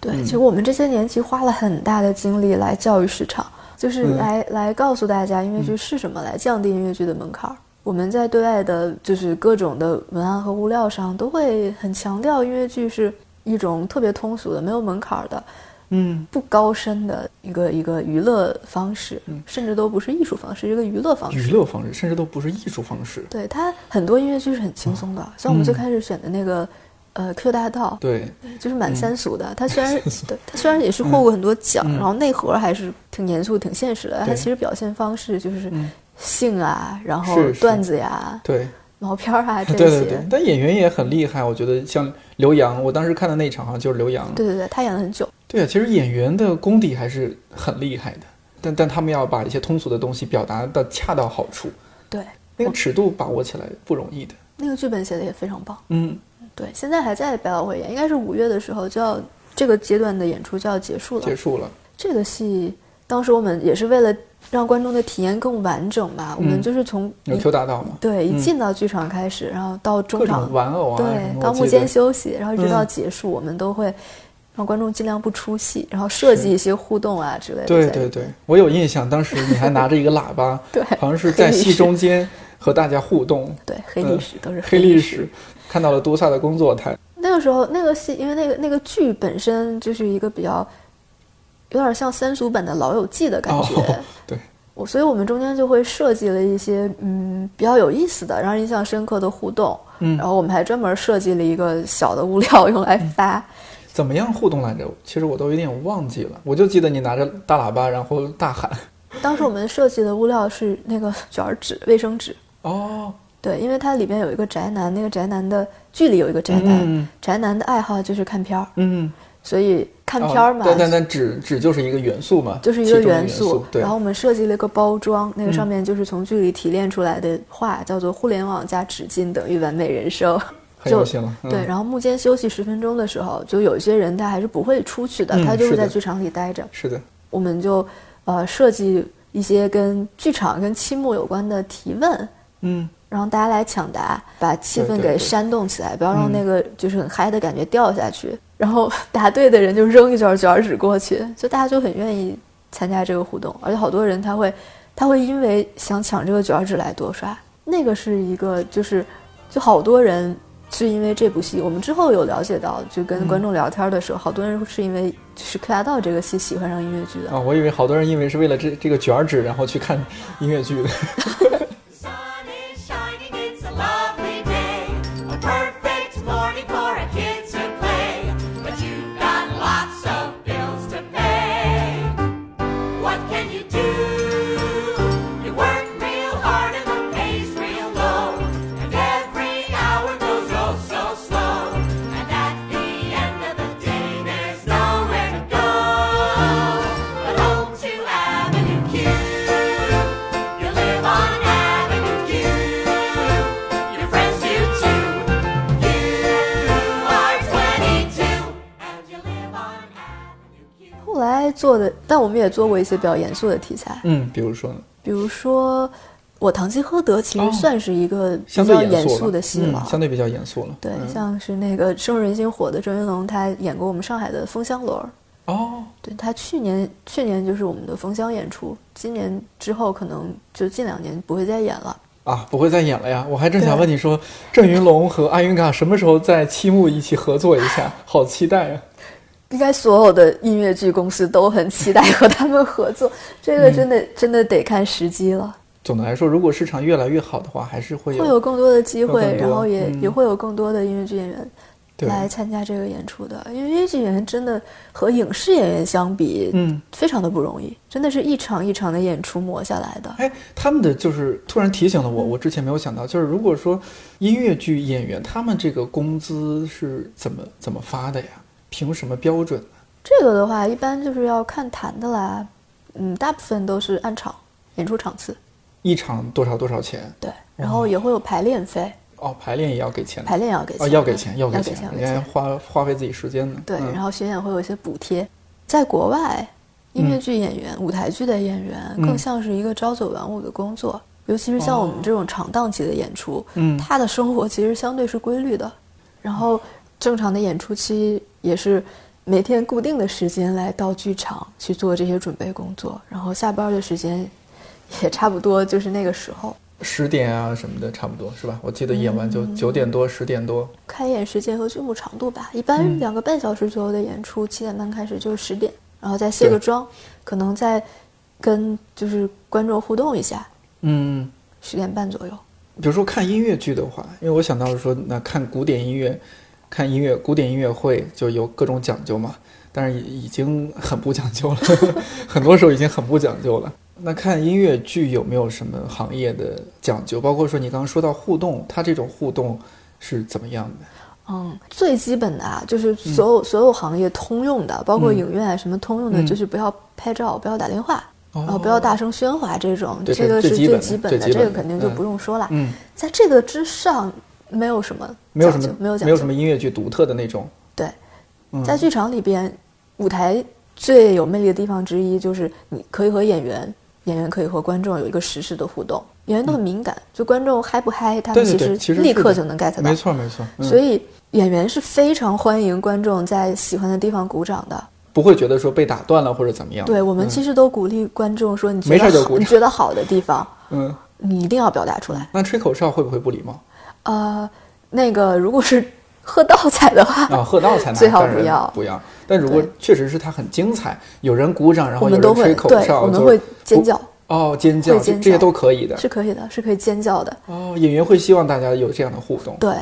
[SPEAKER 2] 对，其实我们这些年其实花了很大的精力来教育市场，就是
[SPEAKER 1] 嗯
[SPEAKER 2] 来、来告诉大家音乐剧是什么，来降低音乐剧的门槛儿。我们在对外的，就是各种的文案和物料上，都会很强调音乐剧是一种特别通俗的、没有门槛儿的、
[SPEAKER 1] 嗯，
[SPEAKER 2] 不高深的一个一个娱乐方式，甚至都不是艺术方式，是一个娱乐方式。
[SPEAKER 1] 娱乐方式甚至都不是艺术方式，
[SPEAKER 2] 对它很多音乐剧是很轻松的，像我们最开始选的那个，呃，Q 大道，
[SPEAKER 1] 对，
[SPEAKER 2] 就是蛮三俗的。他虽然对他虽然也是获过很多奖，
[SPEAKER 1] 嗯
[SPEAKER 2] 然后内核还是挺严肃、挺现实的。他
[SPEAKER 1] 对
[SPEAKER 2] 其实表现方式就是
[SPEAKER 1] 嗯
[SPEAKER 2] 性啊，然后
[SPEAKER 1] 是是
[SPEAKER 2] 段子呀、
[SPEAKER 1] 对，
[SPEAKER 2] 毛片儿啊 这
[SPEAKER 1] 对
[SPEAKER 2] 些。
[SPEAKER 1] 对对，但演员也很厉害，我觉得像刘洋，我当时看的那一场好像就是刘洋，
[SPEAKER 2] 对对对他演了很久。
[SPEAKER 1] 对啊，其实演员的功底还是很厉害的，但但他们要把一些通俗的东西表达的恰到好处，
[SPEAKER 2] 对，
[SPEAKER 1] 那个尺度把握起来不容易的。
[SPEAKER 2] 那个剧本写的也非常棒。
[SPEAKER 1] 嗯，
[SPEAKER 2] 对，现在还在百老汇演，应该是五月的时候就要这个阶段的演出就要结束了
[SPEAKER 1] 结。束了。
[SPEAKER 2] 这个戏当时我们也是为了让观众的体验更完整吧，我们就是从
[SPEAKER 1] 嗯有
[SPEAKER 2] 一
[SPEAKER 1] Q 大道吗？
[SPEAKER 2] 对一
[SPEAKER 1] 嗯
[SPEAKER 2] 进到剧场开始，然后到中
[SPEAKER 1] 各
[SPEAKER 2] 场
[SPEAKER 1] 种玩偶啊，什
[SPEAKER 2] 对，
[SPEAKER 1] 么
[SPEAKER 2] 到
[SPEAKER 1] 我
[SPEAKER 2] 幕
[SPEAKER 1] 记得
[SPEAKER 2] 间休息，然后一直到
[SPEAKER 1] 嗯
[SPEAKER 2] 结束，我们都会让观众尽量不出戏，然后设计一些互动啊之类的在里
[SPEAKER 1] 对
[SPEAKER 2] 面。
[SPEAKER 1] 对对，我有印象，当时你还拿着一个喇叭，
[SPEAKER 2] 对
[SPEAKER 1] 好像是在
[SPEAKER 2] 黑历
[SPEAKER 1] 戏
[SPEAKER 2] 史
[SPEAKER 1] 中间和大家互动。
[SPEAKER 2] 对黑
[SPEAKER 1] 呃
[SPEAKER 2] 历史都是
[SPEAKER 1] 黑
[SPEAKER 2] 历
[SPEAKER 1] 历史。，看到了多萨的工作台。
[SPEAKER 2] 那个时候那个戏，因为那个那个剧本身就是一个比较有点像三俗版的《老友记》的感觉。
[SPEAKER 1] 哦，对，
[SPEAKER 2] 我所以，我们中间就会设计了一些嗯比较有意思的、让人印象深刻的互动，
[SPEAKER 1] 嗯
[SPEAKER 2] 然后我们还专门设计了一个小的物料 用来发，
[SPEAKER 1] 怎么样互动来着？其实我都有点忘记了，我就记得你拿着大喇叭，然后大喊。
[SPEAKER 2] 当时我们设计的物料是那个卷儿纸、卫生纸，
[SPEAKER 1] 哦，
[SPEAKER 2] 对，因为它里边有一个宅男，那个宅男的剧里有一个宅男，
[SPEAKER 1] 嗯
[SPEAKER 2] 宅男的爱好就是看片儿，
[SPEAKER 1] 嗯，
[SPEAKER 2] 所以看片儿嘛，
[SPEAKER 1] 哦但但但纸纸就是一个元素嘛，
[SPEAKER 2] 就是一
[SPEAKER 1] 其
[SPEAKER 2] 个
[SPEAKER 1] 中的
[SPEAKER 2] 元
[SPEAKER 1] 元对嗯
[SPEAKER 2] 然，后我们设计了一个包装，那个上面就是从剧里提炼出来的话，叫做“互联网加纸巾等于完美人生”，
[SPEAKER 1] 很
[SPEAKER 2] 就
[SPEAKER 1] 有心了。嗯
[SPEAKER 2] 对。，然后幕间休息十分钟的时候，就有一些人他还是不会出去的，
[SPEAKER 1] 嗯
[SPEAKER 2] 他就是会在
[SPEAKER 1] 的
[SPEAKER 2] 剧场里待着。
[SPEAKER 1] 是的，
[SPEAKER 2] 我们就呃设计一些跟剧场、跟期末有关的提问，
[SPEAKER 1] 嗯，
[SPEAKER 2] 然后大家来抢答，把气
[SPEAKER 1] 对
[SPEAKER 2] 氛
[SPEAKER 1] 对嗯
[SPEAKER 2] 给
[SPEAKER 1] 对
[SPEAKER 2] 煽动起来，不要让那个就是很嗨的感觉掉下去。然后 答对的人就扔一卷卷纸过去，就大家就很愿意参加这个互动，而且好多人他会他会因为想抢这个卷纸来多刷，那个是一个就是就好多人是因为这部戏，我们之后有了解到，就跟观众聊天的时候，好多人是因为就是《柯达道》这个戏喜欢上音乐剧的。
[SPEAKER 1] 啊，我以为好多人因为是为了这这个卷儿纸，然后去看音乐剧的。
[SPEAKER 4] sun is shining, it's a lovely day. A perfect morning for a kid to play. But you've got lots of bills to pay. What can you do? You work real hard and the pay's real low. And every hour goes oh so slow. And at the end of the day, there's nowhere to go. But home to Avenue Q. You live on Avenue Q. Your friends do too. You are 22 and you live on Avenue Q.
[SPEAKER 2] 后来做的，但我们也做过一些比较严肃的题材，
[SPEAKER 1] 嗯，比如说呢，
[SPEAKER 2] 比如说《我堂吉诃德》，其
[SPEAKER 1] 哦
[SPEAKER 2] 实算是一个比
[SPEAKER 1] 相对
[SPEAKER 2] 较严
[SPEAKER 1] 肃
[SPEAKER 2] 肃
[SPEAKER 1] 了
[SPEAKER 2] 的戏
[SPEAKER 1] 嗯
[SPEAKER 2] 了。
[SPEAKER 1] 相对比较严肃了。
[SPEAKER 2] 对，
[SPEAKER 1] 嗯
[SPEAKER 2] 像是那个《深入人心》火的郑云龙，他演过我们上海的《风箱轮》儿。
[SPEAKER 1] 哦，
[SPEAKER 2] 对他去年去年就是我们的封箱演出，今年之后可能就近两年不会再演了。
[SPEAKER 1] 啊，不会再演了呀！我还正想问你说，郑云龙和阿云嘎什么时候在七木一起合作一 下？好期待啊呀！
[SPEAKER 2] 应该所有的音乐剧公司都很期待和他们合作，这
[SPEAKER 1] 嗯
[SPEAKER 2] 个真的、真的得看时机了，
[SPEAKER 1] 总的来说，如果市场越来越好的话，还是会有
[SPEAKER 2] 会有更多的机
[SPEAKER 1] 会
[SPEAKER 2] 会，
[SPEAKER 1] 更多
[SPEAKER 2] 然后也、
[SPEAKER 1] 嗯
[SPEAKER 2] 也会有更多的音乐剧演员
[SPEAKER 1] 对
[SPEAKER 2] 来参加这个演出的。因为音乐剧演员真的和影视演员相比，
[SPEAKER 1] 嗯，
[SPEAKER 2] 非常的不容易，真的是一场一场的演出磨下来的。
[SPEAKER 1] 哎，他们的就是突然提醒了我，我之前没有想到，就是如果说音乐剧演员他们这个工资是怎么怎么发的呀？凭什么标准呢？
[SPEAKER 2] 这个的话，一般就是要看谈的啦，嗯，大部分都是按场演出场次，
[SPEAKER 1] 一场多少多少钱？
[SPEAKER 2] 对，然后也会有排练费，
[SPEAKER 1] 哦，排练也要给钱的
[SPEAKER 2] 排练也要给钱
[SPEAKER 1] 哦，
[SPEAKER 2] 的，
[SPEAKER 1] 要给钱，
[SPEAKER 2] 要
[SPEAKER 1] 给
[SPEAKER 2] 给钱，要给
[SPEAKER 1] 人家
[SPEAKER 2] 钱，
[SPEAKER 1] 花花费自己时间呢。
[SPEAKER 2] 对，
[SPEAKER 1] 嗯
[SPEAKER 2] 然后巡演会有一些补贴。在国外，音乐剧演员、舞台剧的演员
[SPEAKER 1] 嗯哦
[SPEAKER 2] 更像是一个朝九晚五的工作，尤其是像我们这种长档期的演出，
[SPEAKER 1] 嗯
[SPEAKER 2] 他的生活其实相对是规律的，然后正常的演出期也是每天固定的时间来到剧场去做这些准备工作，然后下班的时间也差不多就是那个时候。
[SPEAKER 1] 十点啊什么的，差不多是吧？我记得演完
[SPEAKER 2] 嗯
[SPEAKER 1] 就九点多、十点多。
[SPEAKER 2] 开演时间和剧目长度吧，一
[SPEAKER 1] 嗯
[SPEAKER 2] 般两个半小时左右的演出，七点半开始就是十点，然后再卸个
[SPEAKER 1] 对
[SPEAKER 2] 妆，可能再跟就是观众互动一下，
[SPEAKER 1] 嗯，
[SPEAKER 2] 十点半左右。
[SPEAKER 1] 比如说看音乐剧的话，因为我想到说，那看古典音乐，看音乐古典音乐会就有各种讲究嘛，但是已已经很不讲究了， 很多时候已经很不讲究了。那看音乐剧有没有什么行业的讲究？包括说你刚刚说到互动，它这种互动是怎么样的？
[SPEAKER 2] 嗯，最基本的啊，就是所有、所有行业通用的，包括
[SPEAKER 1] 嗯
[SPEAKER 2] 影院啊什么通用的，
[SPEAKER 1] 嗯
[SPEAKER 2] 就是不要拍照，不要打电话，
[SPEAKER 1] 哦
[SPEAKER 2] 然后不要大声喧哗，这种
[SPEAKER 1] 对
[SPEAKER 2] 这个
[SPEAKER 1] 这最
[SPEAKER 2] 是
[SPEAKER 1] 基本的
[SPEAKER 2] 基本
[SPEAKER 1] 最
[SPEAKER 2] 的，
[SPEAKER 1] 基本
[SPEAKER 2] 这
[SPEAKER 1] 的
[SPEAKER 2] 个肯定就
[SPEAKER 1] 嗯
[SPEAKER 2] 不用说了。
[SPEAKER 1] 嗯，
[SPEAKER 2] 在这个之上，没有什么
[SPEAKER 1] 没有什
[SPEAKER 2] 讲究
[SPEAKER 1] 么，
[SPEAKER 2] 没有讲究，
[SPEAKER 1] 没有什么音乐剧独特的那种。
[SPEAKER 2] 对，
[SPEAKER 1] 嗯
[SPEAKER 2] 在剧场里边，舞台最有魅力的地方之一就是你可以和演员，演员可以和观众有一个实时的互动。演员都很敏感，就观众嗨不嗨，他
[SPEAKER 1] 嗯对
[SPEAKER 2] 们
[SPEAKER 1] 对对，
[SPEAKER 2] 实
[SPEAKER 1] 其实
[SPEAKER 2] 立
[SPEAKER 1] 是的
[SPEAKER 2] 刻就能 get 到。
[SPEAKER 1] 没错没错，嗯
[SPEAKER 2] 所以演员是非常欢迎观众在喜欢的地方鼓掌的。
[SPEAKER 1] 不会觉得说被打断了或者怎么样。
[SPEAKER 2] 对我们
[SPEAKER 1] 嗯
[SPEAKER 2] 其实都鼓励观众说，你觉
[SPEAKER 1] 没事就
[SPEAKER 2] 得
[SPEAKER 1] 鼓
[SPEAKER 2] 好，
[SPEAKER 1] 掌
[SPEAKER 2] 你觉得好的地方，
[SPEAKER 1] 嗯，
[SPEAKER 2] 你一定要表达出来。
[SPEAKER 1] 那吹口哨会不会不礼 貌？嗯
[SPEAKER 2] 呃，那个如果是喝倒彩的话，
[SPEAKER 1] 啊，喝到才拿，
[SPEAKER 2] 最好
[SPEAKER 1] 当然
[SPEAKER 2] 不要
[SPEAKER 1] 不要。但如果
[SPEAKER 2] 对
[SPEAKER 1] 确实是它很精彩，有人鼓掌，然后
[SPEAKER 2] 我
[SPEAKER 1] 有
[SPEAKER 2] 们
[SPEAKER 1] 人
[SPEAKER 2] 都会
[SPEAKER 1] 吹口
[SPEAKER 2] 对
[SPEAKER 1] 哨，
[SPEAKER 2] 我们
[SPEAKER 1] 就是
[SPEAKER 2] 会尖叫
[SPEAKER 1] 哦，尖叫，
[SPEAKER 2] 会
[SPEAKER 1] 这
[SPEAKER 2] 尖叫
[SPEAKER 1] 这些都可以的。
[SPEAKER 2] 是可以的，是可以尖叫的。
[SPEAKER 1] 哦，演员会希望大家有这样的互动。
[SPEAKER 2] 对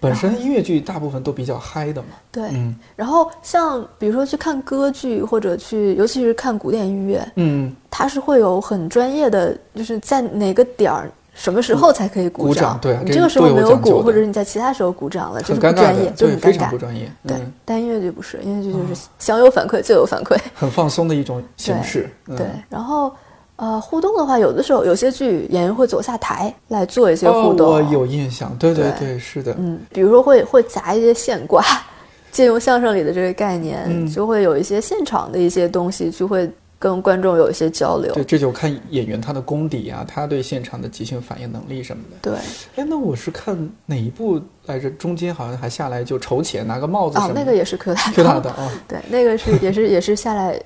[SPEAKER 1] 本身音乐剧大部分都比较嗨的嘛。
[SPEAKER 2] 对，
[SPEAKER 1] 嗯
[SPEAKER 2] 然后像比如说去看歌剧，或者去，尤其是看古典音乐，
[SPEAKER 1] 嗯，
[SPEAKER 2] 它是会有很专业的，就是在哪个点儿、什么时候才可以
[SPEAKER 1] 鼓
[SPEAKER 2] 鼓
[SPEAKER 1] 掌对啊
[SPEAKER 2] 你
[SPEAKER 1] 这
[SPEAKER 2] 这个时候
[SPEAKER 1] 都有
[SPEAKER 2] 没有
[SPEAKER 1] 讲究
[SPEAKER 2] 鼓，
[SPEAKER 1] 的
[SPEAKER 2] 或者你在其他时候鼓掌了，
[SPEAKER 1] 很
[SPEAKER 2] 就是不
[SPEAKER 1] 尴尬
[SPEAKER 2] 专业
[SPEAKER 1] 的，，
[SPEAKER 2] 就是
[SPEAKER 1] 对，
[SPEAKER 2] 很
[SPEAKER 1] 非
[SPEAKER 2] 尴
[SPEAKER 1] 常
[SPEAKER 2] 尬
[SPEAKER 1] 不。专业。
[SPEAKER 2] 对
[SPEAKER 1] 嗯，，
[SPEAKER 2] 但音乐剧不是，音乐剧就是想有反馈就有反馈。
[SPEAKER 1] 很放松的一种形式。嗯
[SPEAKER 2] 对，然后呃，互动的话，有的时候有些剧演员会走下台来做一些
[SPEAKER 1] 哦，
[SPEAKER 2] 互动。
[SPEAKER 1] 我有印象，对对
[SPEAKER 2] 对
[SPEAKER 1] 对，是的。
[SPEAKER 2] 嗯，比如说会会夹一些现挂， 借用相声里的这个概念，
[SPEAKER 1] 嗯
[SPEAKER 2] 就会有一些现场的一些东西，就会跟观众有一些交流
[SPEAKER 1] 对，。这就看演员他的功底啊，他对现场的即兴反应能力什么的。
[SPEAKER 2] 对，
[SPEAKER 1] 哎，那我是看哪一部来着？中间好像还下来就筹钱，拿个帽子什
[SPEAKER 2] 哦
[SPEAKER 1] 么，的。
[SPEAKER 2] 那个也是 Q 大
[SPEAKER 1] Q 大的啊， 嗯
[SPEAKER 2] 对，那个是也是也是下来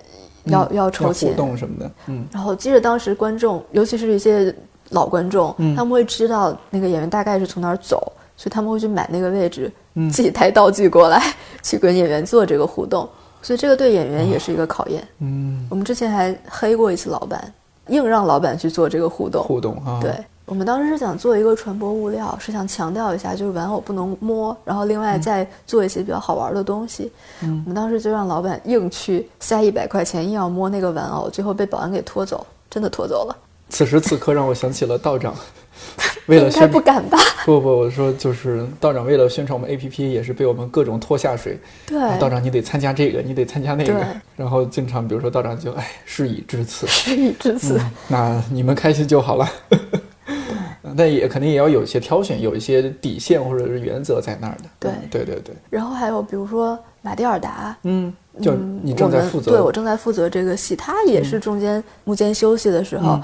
[SPEAKER 2] 要、要筹
[SPEAKER 1] 互
[SPEAKER 2] 钱，
[SPEAKER 1] 动什么的，嗯，
[SPEAKER 2] 然后接着当时观众，尤其是一些老观众，
[SPEAKER 1] 嗯
[SPEAKER 2] 他们会知道那个演员大概是从哪儿走，所以他们会去买那个位置，
[SPEAKER 1] 嗯
[SPEAKER 2] 自己带道具过来， 去跟演员做这个互动。所以这个对演员也是一个考验。
[SPEAKER 1] 嗯，
[SPEAKER 2] 我们之前还黑过一次老板，硬让老板去做这个互动。
[SPEAKER 1] 互动啊，
[SPEAKER 2] 对，我们当时是想做一个传播物料，是想强调一下，就是玩偶不能摸，然后另外再做一些比较好玩的东西。
[SPEAKER 1] 嗯
[SPEAKER 2] 我们当时就让老板硬去塞一百块钱，硬要摸那个玩偶，最后被保安给拖走，真的拖走了。
[SPEAKER 1] 此时此刻让我想起了道长， 为了
[SPEAKER 2] 应该
[SPEAKER 1] 宣
[SPEAKER 2] 不敢吧？
[SPEAKER 1] 不不，我说就是道长为了宣传我们 APP，也是被我们各种拖下水。
[SPEAKER 2] 对，
[SPEAKER 1] 啊道长你得参加这个，你得参加那个
[SPEAKER 2] 哎对。
[SPEAKER 1] 然后经常比如说道长就哎事已至此，
[SPEAKER 2] 事已至 此，
[SPEAKER 1] 嗯那你们开心就好了。 但也肯定也要有一些挑选，有一些底线或者是原则在那儿的。
[SPEAKER 2] 对
[SPEAKER 1] 嗯对对对，
[SPEAKER 2] 然后还有比如说马蒂尔达，
[SPEAKER 1] 嗯，就
[SPEAKER 2] 嗯
[SPEAKER 1] 你正
[SPEAKER 2] 我
[SPEAKER 1] 在
[SPEAKER 2] 们
[SPEAKER 1] 负责，嗯
[SPEAKER 2] 对我正在负责这个戏，他也是中间幕间休息的时候，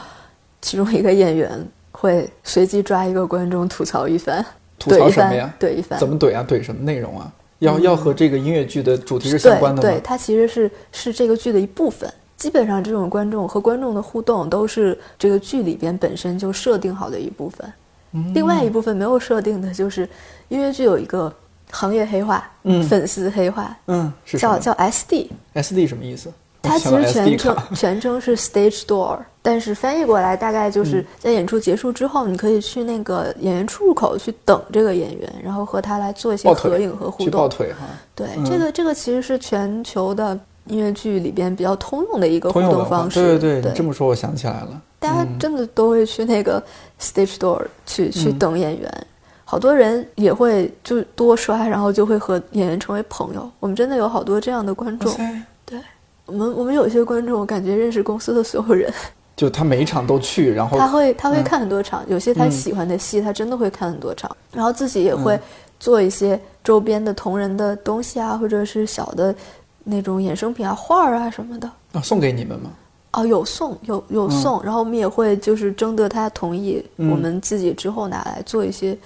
[SPEAKER 2] 其中一个演员会随机抓一个观众吐槽一番，
[SPEAKER 1] 吐槽
[SPEAKER 2] 怼一
[SPEAKER 1] 什么
[SPEAKER 2] 番
[SPEAKER 1] 呀？
[SPEAKER 2] 怼一番
[SPEAKER 1] 怎么怼啊？怼什么内容啊？要、要和这个音乐剧的主题是相关
[SPEAKER 2] 嗯对
[SPEAKER 1] 的吗？
[SPEAKER 2] 对，它其实是是这个剧的一部分。基本上，这种观众和观众的互动都是这个剧里边本身就设定好的一部分。
[SPEAKER 1] 嗯
[SPEAKER 2] 另外一部分没有设定的，就是音乐剧有一个行业黑化，
[SPEAKER 1] 嗯
[SPEAKER 2] 粉丝黑化，
[SPEAKER 1] 嗯，是什
[SPEAKER 2] 叫
[SPEAKER 1] 么
[SPEAKER 2] 叫 SD，
[SPEAKER 1] SD 什么意思？
[SPEAKER 2] 它
[SPEAKER 1] 我
[SPEAKER 2] 其
[SPEAKER 1] 想到
[SPEAKER 2] 实
[SPEAKER 1] SD
[SPEAKER 2] 全称
[SPEAKER 1] 卡
[SPEAKER 2] 全称是 Stage Door，但是翻译过来大概
[SPEAKER 1] 嗯
[SPEAKER 2] 就是在演出结束之后，你可以去那个演员出入口去等这个演员，然后和他来做一些
[SPEAKER 1] 抱腿
[SPEAKER 2] 合影和互
[SPEAKER 1] 去抱
[SPEAKER 2] 动。
[SPEAKER 1] 腿哈。
[SPEAKER 2] 对，
[SPEAKER 1] 嗯
[SPEAKER 2] 这个这个其实是全球的音乐剧里边比较通用的一个互
[SPEAKER 1] 通用
[SPEAKER 2] 动
[SPEAKER 1] 文化，
[SPEAKER 2] 方式。
[SPEAKER 1] 对对对，你这么说嗯我想起来了。
[SPEAKER 2] 大家真的都会去那个 stage door 去、
[SPEAKER 1] 嗯
[SPEAKER 2] 去等演员，好多人也会就多刷，然后就会和演员成为朋友。我们真的有好多这样的观众，
[SPEAKER 1] 塞
[SPEAKER 2] 对我们我们有些观众，我感觉认识公司的所有人，
[SPEAKER 1] 就他每一场都去，然后
[SPEAKER 2] 他会他会
[SPEAKER 1] 嗯嗯
[SPEAKER 2] 看很多场，有些他喜欢的戏，他真的会看很多场，然后自己也会做一些周边的同人的东西啊，或者是小的那种衍生品啊、画儿啊什么的。
[SPEAKER 1] 啊送给你们吗？
[SPEAKER 2] 哦，有送有有送，然后我们也会就是征得他同意，
[SPEAKER 1] 嗯
[SPEAKER 2] 我们自己之后拿来做一些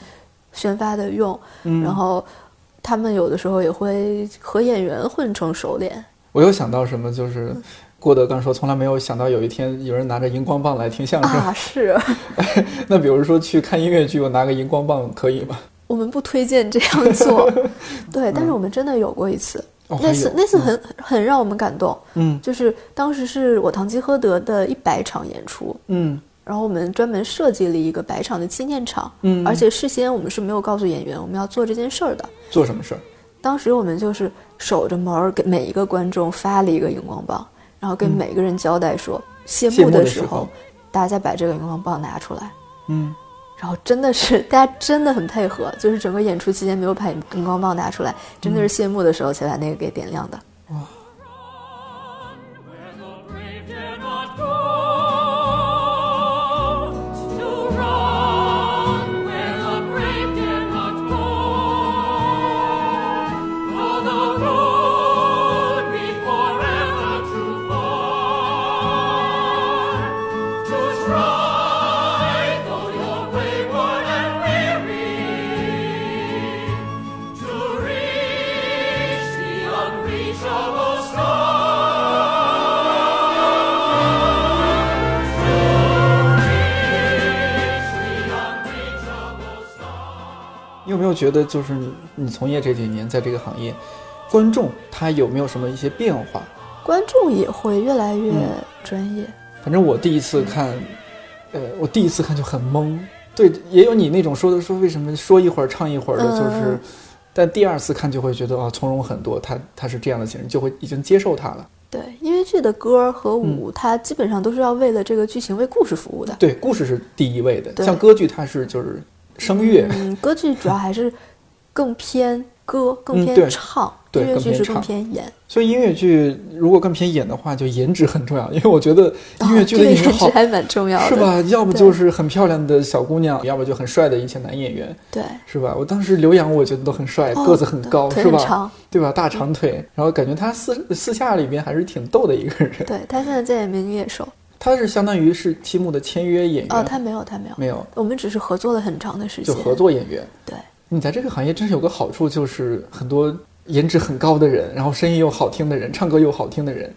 [SPEAKER 2] 宣发的用，
[SPEAKER 1] 嗯
[SPEAKER 2] 然后他们有的时候也会和演员混成熟脸，
[SPEAKER 1] 我又想到什么，就是
[SPEAKER 2] 嗯
[SPEAKER 1] 郭德纲说从来没有想到有一天有人拿着荧光棒来听相声。
[SPEAKER 2] 啊，是
[SPEAKER 1] 那比如说去看音乐剧，我拿个荧光棒可以吗？
[SPEAKER 2] 我们不推荐这样做，对，
[SPEAKER 1] 嗯
[SPEAKER 2] 但是我们真的有过一次，
[SPEAKER 1] 哦
[SPEAKER 2] 那次
[SPEAKER 1] 还有
[SPEAKER 2] 那次很很让我们感动，
[SPEAKER 1] 嗯
[SPEAKER 2] 就是当时是我堂吉诃德的一百场演出，
[SPEAKER 1] 嗯
[SPEAKER 2] 然后我们专门设计了一个百场的纪念场，
[SPEAKER 1] 嗯
[SPEAKER 2] 而且事先我们是没有告诉演员我们要做这件事儿的。
[SPEAKER 1] 做什么事儿？
[SPEAKER 2] 当时我们就是守着门儿，给每一个观众发了一个荧光棒，然后跟每个人交代说，谢
[SPEAKER 1] 嗯谢
[SPEAKER 2] 幕
[SPEAKER 1] 幕
[SPEAKER 2] 的
[SPEAKER 1] 的
[SPEAKER 2] 时
[SPEAKER 1] 时
[SPEAKER 2] 候
[SPEAKER 1] 候，
[SPEAKER 2] 大家把这个荧光棒拿出来。
[SPEAKER 1] 嗯，
[SPEAKER 2] 然后真的是大家真的很配合，就是整个演出期间没有把荧光棒拿出来，真
[SPEAKER 1] 嗯
[SPEAKER 2] 的是谢幕的时候才把那个给点亮的。
[SPEAKER 4] Where the brave dare not go to run, where the brave dare not go, though the road be forever too far, to try though you're wayward and weary. To reach the unreachable star. To reach the unreachable star.
[SPEAKER 1] 你有没有觉得就是你你从业这几年在这个行业，观众他有没有什么一些变化？
[SPEAKER 2] 观众也会越来越
[SPEAKER 1] 嗯
[SPEAKER 2] 专业，
[SPEAKER 1] 反正我第一次看，呃，我第一次看就很懵。对，也有你那种说的说为什么说一会儿唱一会儿的，
[SPEAKER 2] 嗯
[SPEAKER 1] 就是，
[SPEAKER 2] 嗯
[SPEAKER 1] 但第二次看就会觉得啊，从容很多，他他是这样的形式，就会已经接受他了。
[SPEAKER 2] 对，音乐剧的歌和
[SPEAKER 1] 嗯
[SPEAKER 2] 舞，它基本上都是要为了这个剧情、为故事服务的。
[SPEAKER 1] 对，故事是第一位的，
[SPEAKER 2] 对
[SPEAKER 1] 像歌剧它是就是声乐，
[SPEAKER 2] 嗯，歌剧主要还是更偏歌，更
[SPEAKER 1] 嗯对
[SPEAKER 2] 偏唱；
[SPEAKER 1] 对
[SPEAKER 2] 音乐剧是更
[SPEAKER 1] 更
[SPEAKER 2] 偏演。
[SPEAKER 1] 所以音乐剧如果更偏演的话，就颜值很重要，因为我觉得音乐剧的
[SPEAKER 2] 哦这个
[SPEAKER 1] 演员
[SPEAKER 2] 颜值
[SPEAKER 1] 好。
[SPEAKER 2] 还蛮重要的，
[SPEAKER 1] 是？吧？要不
[SPEAKER 2] 对
[SPEAKER 1] 就是很漂亮的小姑娘，要不就很帅的一些男演员，
[SPEAKER 2] 对，
[SPEAKER 1] 是吧？我当时刘洋我觉得都很帅，
[SPEAKER 2] 哦
[SPEAKER 1] 哎个子很高，
[SPEAKER 2] 腿
[SPEAKER 1] 是
[SPEAKER 2] 很
[SPEAKER 1] 吧
[SPEAKER 2] 长？
[SPEAKER 1] 对吧？大
[SPEAKER 2] 嗯
[SPEAKER 1] 长腿，然后感觉他私私下里边还是挺逗的一个人。
[SPEAKER 2] 对他现在在演《美女野兽》
[SPEAKER 1] 他是相当于是七木的签约演员，
[SPEAKER 2] 哦，他没有，他没有，
[SPEAKER 1] 没有
[SPEAKER 2] 我们只是合作了很长的时
[SPEAKER 1] 就
[SPEAKER 2] 间，
[SPEAKER 1] 合。作演员。
[SPEAKER 2] 对，
[SPEAKER 1] 你在这个行业真是有个好处，就是很多颜值很高的人，然后声音又好听的人，唱歌又好听的人，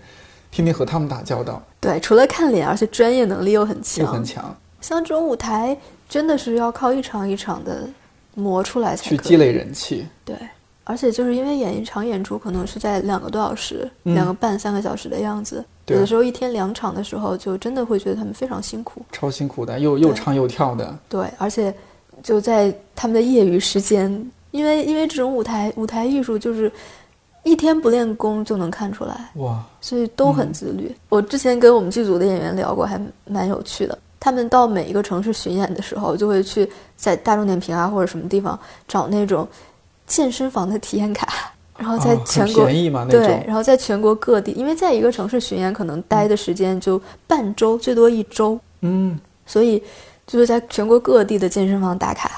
[SPEAKER 1] 天天和他们打交道，
[SPEAKER 2] 对，除了看脸，而且专业能力又很
[SPEAKER 1] 又
[SPEAKER 2] 强。
[SPEAKER 1] 很强。
[SPEAKER 2] 像这种舞台，真的是要靠一场一场的磨出来才
[SPEAKER 1] 去
[SPEAKER 2] 可
[SPEAKER 1] 积
[SPEAKER 2] 以
[SPEAKER 1] 累人气。
[SPEAKER 2] 对，而且就是因为演一场演出可能是在两个多小时、
[SPEAKER 1] 嗯
[SPEAKER 2] 两个半、三个小时的样子，
[SPEAKER 1] 对
[SPEAKER 2] 有的时候一天两场的时候，就真的会觉得他们非常辛苦。
[SPEAKER 1] 超辛苦的，又又
[SPEAKER 2] 对
[SPEAKER 1] 唱又跳的，
[SPEAKER 2] 对，而且就在他们的业余时间，因为因为这种舞台舞台艺术就是一天不练功就能看出来，
[SPEAKER 1] 哇，
[SPEAKER 2] 所以都
[SPEAKER 1] 嗯
[SPEAKER 2] 很自律。我之前跟我们剧组的演员聊过，还蛮有趣的。他们到每一个城市巡演的时候，就会去在大众点评啊或者什么地方找那种健身房的体验卡， 然后在
[SPEAKER 1] 啊
[SPEAKER 2] 全
[SPEAKER 1] 很
[SPEAKER 2] 国、
[SPEAKER 1] 便宜嘛那
[SPEAKER 2] 对，
[SPEAKER 1] 种，
[SPEAKER 2] 然后在全国各地，因为在一个城市巡演可能待的时间就半周，最多一周，
[SPEAKER 1] 嗯，
[SPEAKER 2] 所以就是在全国各地的健身房打卡。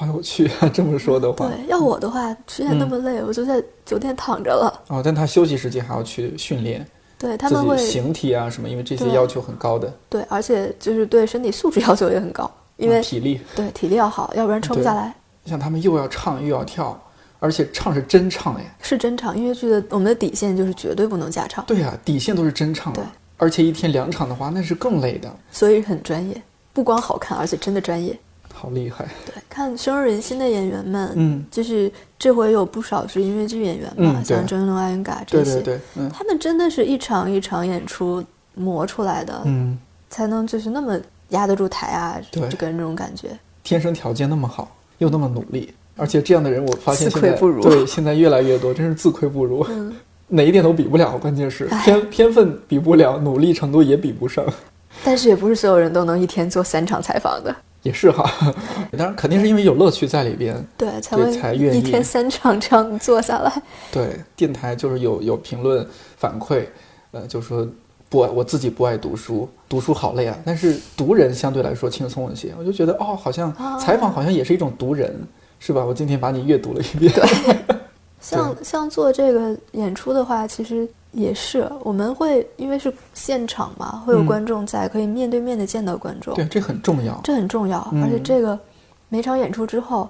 [SPEAKER 1] 好有趣啊！这么说的
[SPEAKER 2] 对
[SPEAKER 1] 话，，
[SPEAKER 2] 要我的话，巡演那么
[SPEAKER 1] 嗯
[SPEAKER 2] 累，我就在酒店躺着了。
[SPEAKER 1] 哦，但他休息时间还要去训练
[SPEAKER 2] 对他
[SPEAKER 1] 自
[SPEAKER 2] 们
[SPEAKER 1] 己
[SPEAKER 2] 会
[SPEAKER 1] 形体啊什么，因为这些
[SPEAKER 2] 对
[SPEAKER 1] 要求很高的，
[SPEAKER 2] 对，而且就是对身体素质要求也很高，因为、
[SPEAKER 1] 嗯体力，
[SPEAKER 2] 对体力要好，要不然撑不下
[SPEAKER 1] 对
[SPEAKER 2] 来。
[SPEAKER 1] 像他们又要唱又要跳，而且唱是真唱哎，
[SPEAKER 2] 是真唱，音乐剧的我们的底线就是绝对不能假唱，
[SPEAKER 1] 对呀、啊底线都是真唱
[SPEAKER 2] 对
[SPEAKER 1] 了，而且一天两场的话，那是更累的，
[SPEAKER 2] 所以很专业，不光好看，而且真的专业。
[SPEAKER 1] 好厉害，
[SPEAKER 2] 对，看深入人心的演员们，
[SPEAKER 1] 嗯，
[SPEAKER 2] 就是这回有不少是音乐剧演员嘛，
[SPEAKER 1] 嗯对
[SPEAKER 2] 像周云龙、艾云嘎这
[SPEAKER 1] 对
[SPEAKER 2] 些，
[SPEAKER 1] 对对，嗯
[SPEAKER 2] 他们真的是一场一场演出磨出来的，
[SPEAKER 1] 嗯，
[SPEAKER 2] 才能就是那么压得住台啊，就
[SPEAKER 1] 对
[SPEAKER 2] 给人这种感觉。
[SPEAKER 1] 天生条件那么好，又那么努力。而且这样的人，我发现
[SPEAKER 2] 自
[SPEAKER 1] 现
[SPEAKER 2] 愧
[SPEAKER 1] 在
[SPEAKER 2] 不如
[SPEAKER 1] 对现在越来越多，真是自愧不如。
[SPEAKER 2] 嗯，
[SPEAKER 1] 哪一点都比不了，关键是
[SPEAKER 2] 哎
[SPEAKER 1] 天天分比不了，努力程度也比不上，
[SPEAKER 2] 但是也不是所有人都能一天做三场采访的，
[SPEAKER 1] 也是哈。当然，肯定是因为有乐趣在里边。
[SPEAKER 2] 对，才
[SPEAKER 1] 对
[SPEAKER 2] 会
[SPEAKER 1] 才愿
[SPEAKER 2] 一
[SPEAKER 1] 意
[SPEAKER 2] 天三场这样做下来。
[SPEAKER 1] 对，电台就是有有评论反馈，呃，就说不爱我自己不爱读书，读书好累啊。但是读人相对来说轻松一些，我就觉得哦，好像
[SPEAKER 2] 啊
[SPEAKER 1] 采访好像也是一种读人，是吧？我今天把你阅读了 一遍。
[SPEAKER 2] 像像做这个演出的话，其实也是我们会因为是现场嘛，会有
[SPEAKER 1] 嗯
[SPEAKER 2] 观众在，可以面对面的见到观众，
[SPEAKER 1] 对，这很重要。
[SPEAKER 2] 这很重要。
[SPEAKER 1] 嗯
[SPEAKER 2] 而且这个每场演出之后，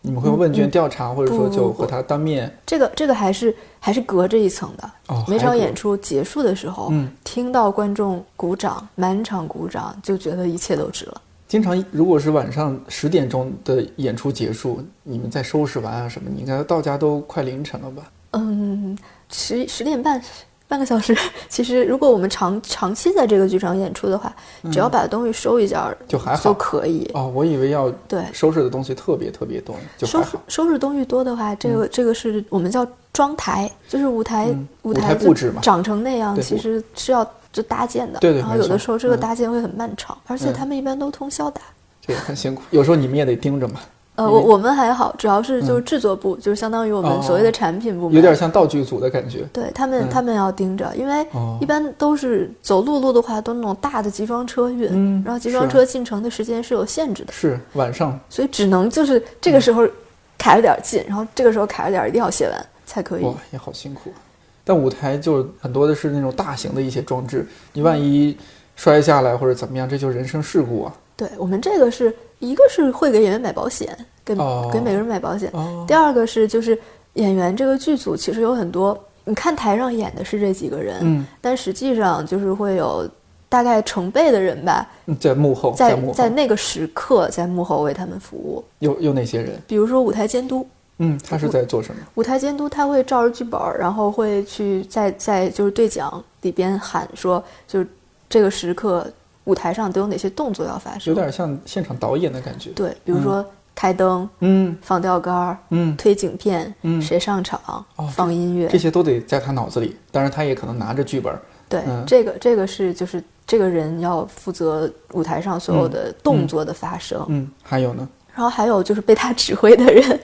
[SPEAKER 1] 你们会问卷
[SPEAKER 2] 嗯
[SPEAKER 1] 调查，或者说
[SPEAKER 2] 不
[SPEAKER 1] 就
[SPEAKER 2] 不不
[SPEAKER 1] 和他当面
[SPEAKER 2] 这个这个还是还是隔着一层的。
[SPEAKER 1] 哦，
[SPEAKER 2] 每场
[SPEAKER 1] 还有
[SPEAKER 2] 演出结束的时候，
[SPEAKER 1] 嗯
[SPEAKER 2] 听到观众鼓掌，满场鼓掌，就觉得一切都值了。
[SPEAKER 1] 经常如果是晚上十点钟的演出结束，你们再收拾完啊什么，你应该到家都快凌晨了吧？
[SPEAKER 2] 嗯，十十点半，半个小时。其实如果我们长长期在这个剧场演出的话，只要把东西收一下儿
[SPEAKER 1] 嗯就还好。
[SPEAKER 2] 就可以。
[SPEAKER 1] 哦，我以为要
[SPEAKER 2] 对，
[SPEAKER 1] 收拾的东西特别特别多呢，就
[SPEAKER 2] 收
[SPEAKER 1] 还
[SPEAKER 2] 拾
[SPEAKER 1] 好。
[SPEAKER 2] 收拾东西多的话，这个、这个是我们叫装台，就是舞台、
[SPEAKER 1] 嗯舞
[SPEAKER 2] 台
[SPEAKER 1] 台
[SPEAKER 2] 就
[SPEAKER 1] 布置嘛
[SPEAKER 2] 长成那样
[SPEAKER 1] 对
[SPEAKER 2] 其
[SPEAKER 1] 我
[SPEAKER 2] 实是要就搭建的。
[SPEAKER 1] 对对
[SPEAKER 2] 然后
[SPEAKER 1] 没
[SPEAKER 2] 有的
[SPEAKER 1] 错
[SPEAKER 2] 时候这个
[SPEAKER 1] 嗯
[SPEAKER 2] 搭建会很漫长，而且
[SPEAKER 1] 嗯
[SPEAKER 2] 他们一般都通宵打。
[SPEAKER 1] 这也很辛苦，有时候你们也得盯着嘛，
[SPEAKER 2] 呃，
[SPEAKER 1] 因
[SPEAKER 2] 我
[SPEAKER 1] 为
[SPEAKER 2] 我们还好，主要是
[SPEAKER 1] 嗯
[SPEAKER 2] 就是制作部，就是相当于我们所谓的产品部门，
[SPEAKER 1] 哦有点像道具组的感觉。
[SPEAKER 2] 对他们、
[SPEAKER 1] 嗯
[SPEAKER 2] 他们要盯着，因为
[SPEAKER 1] 哦
[SPEAKER 2] 一般都是走陆路的话，都那种大的集装车运，
[SPEAKER 1] 嗯
[SPEAKER 2] 然后集装
[SPEAKER 1] 是啊
[SPEAKER 2] 车进城的时间是有限制的，
[SPEAKER 1] 是晚上
[SPEAKER 2] 所以只能就是这
[SPEAKER 1] 嗯
[SPEAKER 2] 个时候卡着点儿进，然后这个时候卡着点儿一定要写完才可以。
[SPEAKER 1] 哇，也好辛苦。啊但舞台就是很多的是那种大型的一些装置，你
[SPEAKER 2] 嗯
[SPEAKER 1] 万一摔下来或者怎么样，这就是人身事故啊。
[SPEAKER 2] 对我们这个是一个是会给演员买保险，给、
[SPEAKER 1] 哦
[SPEAKER 2] 给每个人买保险。
[SPEAKER 1] 哦
[SPEAKER 2] 第，二个是就是演员这个剧组其实有很多，你看台上演的是这几个人，
[SPEAKER 1] 嗯
[SPEAKER 2] 但实际上就是会有大概成倍的人吧，
[SPEAKER 1] 嗯在幕后，
[SPEAKER 2] 在
[SPEAKER 1] 幕后
[SPEAKER 2] 在那个时刻在幕后为他们服务。
[SPEAKER 1] 有有哪些人？
[SPEAKER 2] 比如说舞台监督，
[SPEAKER 1] 嗯，他是在做什么？
[SPEAKER 2] 舞台监督他会照着剧本儿，然后会去在在就是对讲里边喊说，就是这个时刻舞台上都有哪些动作要发
[SPEAKER 1] 有
[SPEAKER 2] 生。
[SPEAKER 1] 点像现场导演的感觉。
[SPEAKER 2] 对，比如说开灯、
[SPEAKER 1] 嗯
[SPEAKER 2] 放吊杆儿、
[SPEAKER 1] 嗯，
[SPEAKER 2] 推景片、
[SPEAKER 1] 嗯
[SPEAKER 2] 谁上场、
[SPEAKER 1] 哦
[SPEAKER 2] 放音乐，
[SPEAKER 1] 这些都得在他脑子里。当然，他也可能拿着剧本儿。
[SPEAKER 2] 对，
[SPEAKER 1] 嗯
[SPEAKER 2] 这个这个是就是这个人要负责舞台上所有的动作的发生，
[SPEAKER 1] 嗯，还有呢，
[SPEAKER 2] 然后还有就是被他指挥的 人，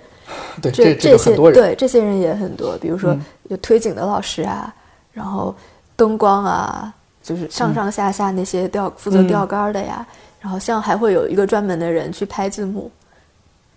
[SPEAKER 1] 对，这
[SPEAKER 2] 这
[SPEAKER 1] 个
[SPEAKER 2] 些
[SPEAKER 1] 很多人，
[SPEAKER 2] 对这些人也很多，比如说
[SPEAKER 1] 嗯
[SPEAKER 2] 有推景的老师啊，然后灯光啊，就是上上下下那些吊负责
[SPEAKER 1] 嗯
[SPEAKER 2] 吊杆的呀，然后像还会有一个专门的人去拍字幕，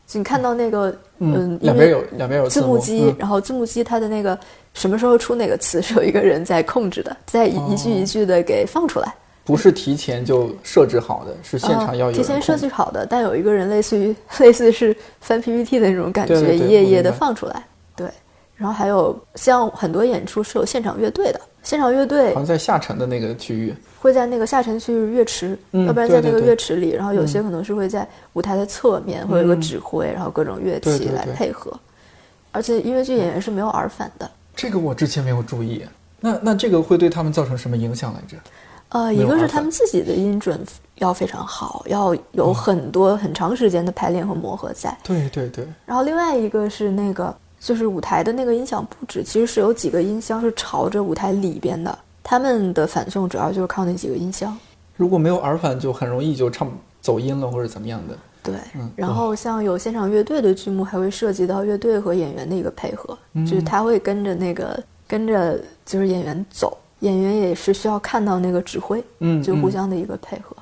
[SPEAKER 2] 就你看到那个嗯，
[SPEAKER 1] 两边
[SPEAKER 2] 因为
[SPEAKER 1] 有两边有
[SPEAKER 2] 字幕
[SPEAKER 1] 幕嗯
[SPEAKER 2] 机，然后字幕机它的那个什么时候出哪个词是有一个人在控制的，在一
[SPEAKER 1] 哦
[SPEAKER 2] 一句一句的给放出来。嗯
[SPEAKER 1] 嗯不是提前就设置好的，是现场要有
[SPEAKER 2] 哦提
[SPEAKER 1] 人
[SPEAKER 2] 前
[SPEAKER 1] 控
[SPEAKER 2] 设计好的，但有一个人类似于 类似是翻 PPT 的那种感觉，
[SPEAKER 1] 对对对
[SPEAKER 2] 一页一页
[SPEAKER 1] 我明
[SPEAKER 2] 的
[SPEAKER 1] 白
[SPEAKER 2] 放出来。对，然后还有像很多演出是有现场乐队的，现场乐队
[SPEAKER 1] 好像在下沉的那个区域。
[SPEAKER 2] 会在那个下沉区域乐池，
[SPEAKER 1] 嗯
[SPEAKER 2] 要不然在
[SPEAKER 1] 对
[SPEAKER 2] 那
[SPEAKER 1] 对
[SPEAKER 2] 个
[SPEAKER 1] 对嗯
[SPEAKER 2] 乐池里，然后有些可能是会在舞台的侧面、会有一个指挥，然后各种乐
[SPEAKER 1] 对
[SPEAKER 2] 器
[SPEAKER 1] 对
[SPEAKER 2] 来
[SPEAKER 1] 对
[SPEAKER 2] 配合。而且音乐剧演员是没有耳返的，
[SPEAKER 1] 这个我之前没有注意。那那这个会对他们造成什么影响来着？
[SPEAKER 2] 呃，
[SPEAKER 1] 没
[SPEAKER 2] 一
[SPEAKER 1] 有嗯
[SPEAKER 2] 个
[SPEAKER 1] 耳
[SPEAKER 2] 是
[SPEAKER 1] 返
[SPEAKER 2] 他们自己的音准要非常好，要有很多很长时间的排练和磨合在。
[SPEAKER 1] 对对对，
[SPEAKER 2] 然后另外一个是那个，就是舞台的那个音响布置，其实是有几个音箱是朝着舞台里边的，他们的反送主要就是靠那几个音箱。
[SPEAKER 1] 如果没有耳返，就很容易就唱走音了或者怎么样的。
[SPEAKER 2] 对，
[SPEAKER 1] 嗯
[SPEAKER 2] 然后像有现场乐队的剧目，还会涉及到乐队和演员的一个配合，
[SPEAKER 1] 嗯
[SPEAKER 2] 就是他会跟着那个跟着就是演员走，演员也是需要看到那个指挥，
[SPEAKER 1] 嗯
[SPEAKER 2] 就
[SPEAKER 1] 嗯
[SPEAKER 2] 互相的一个配合。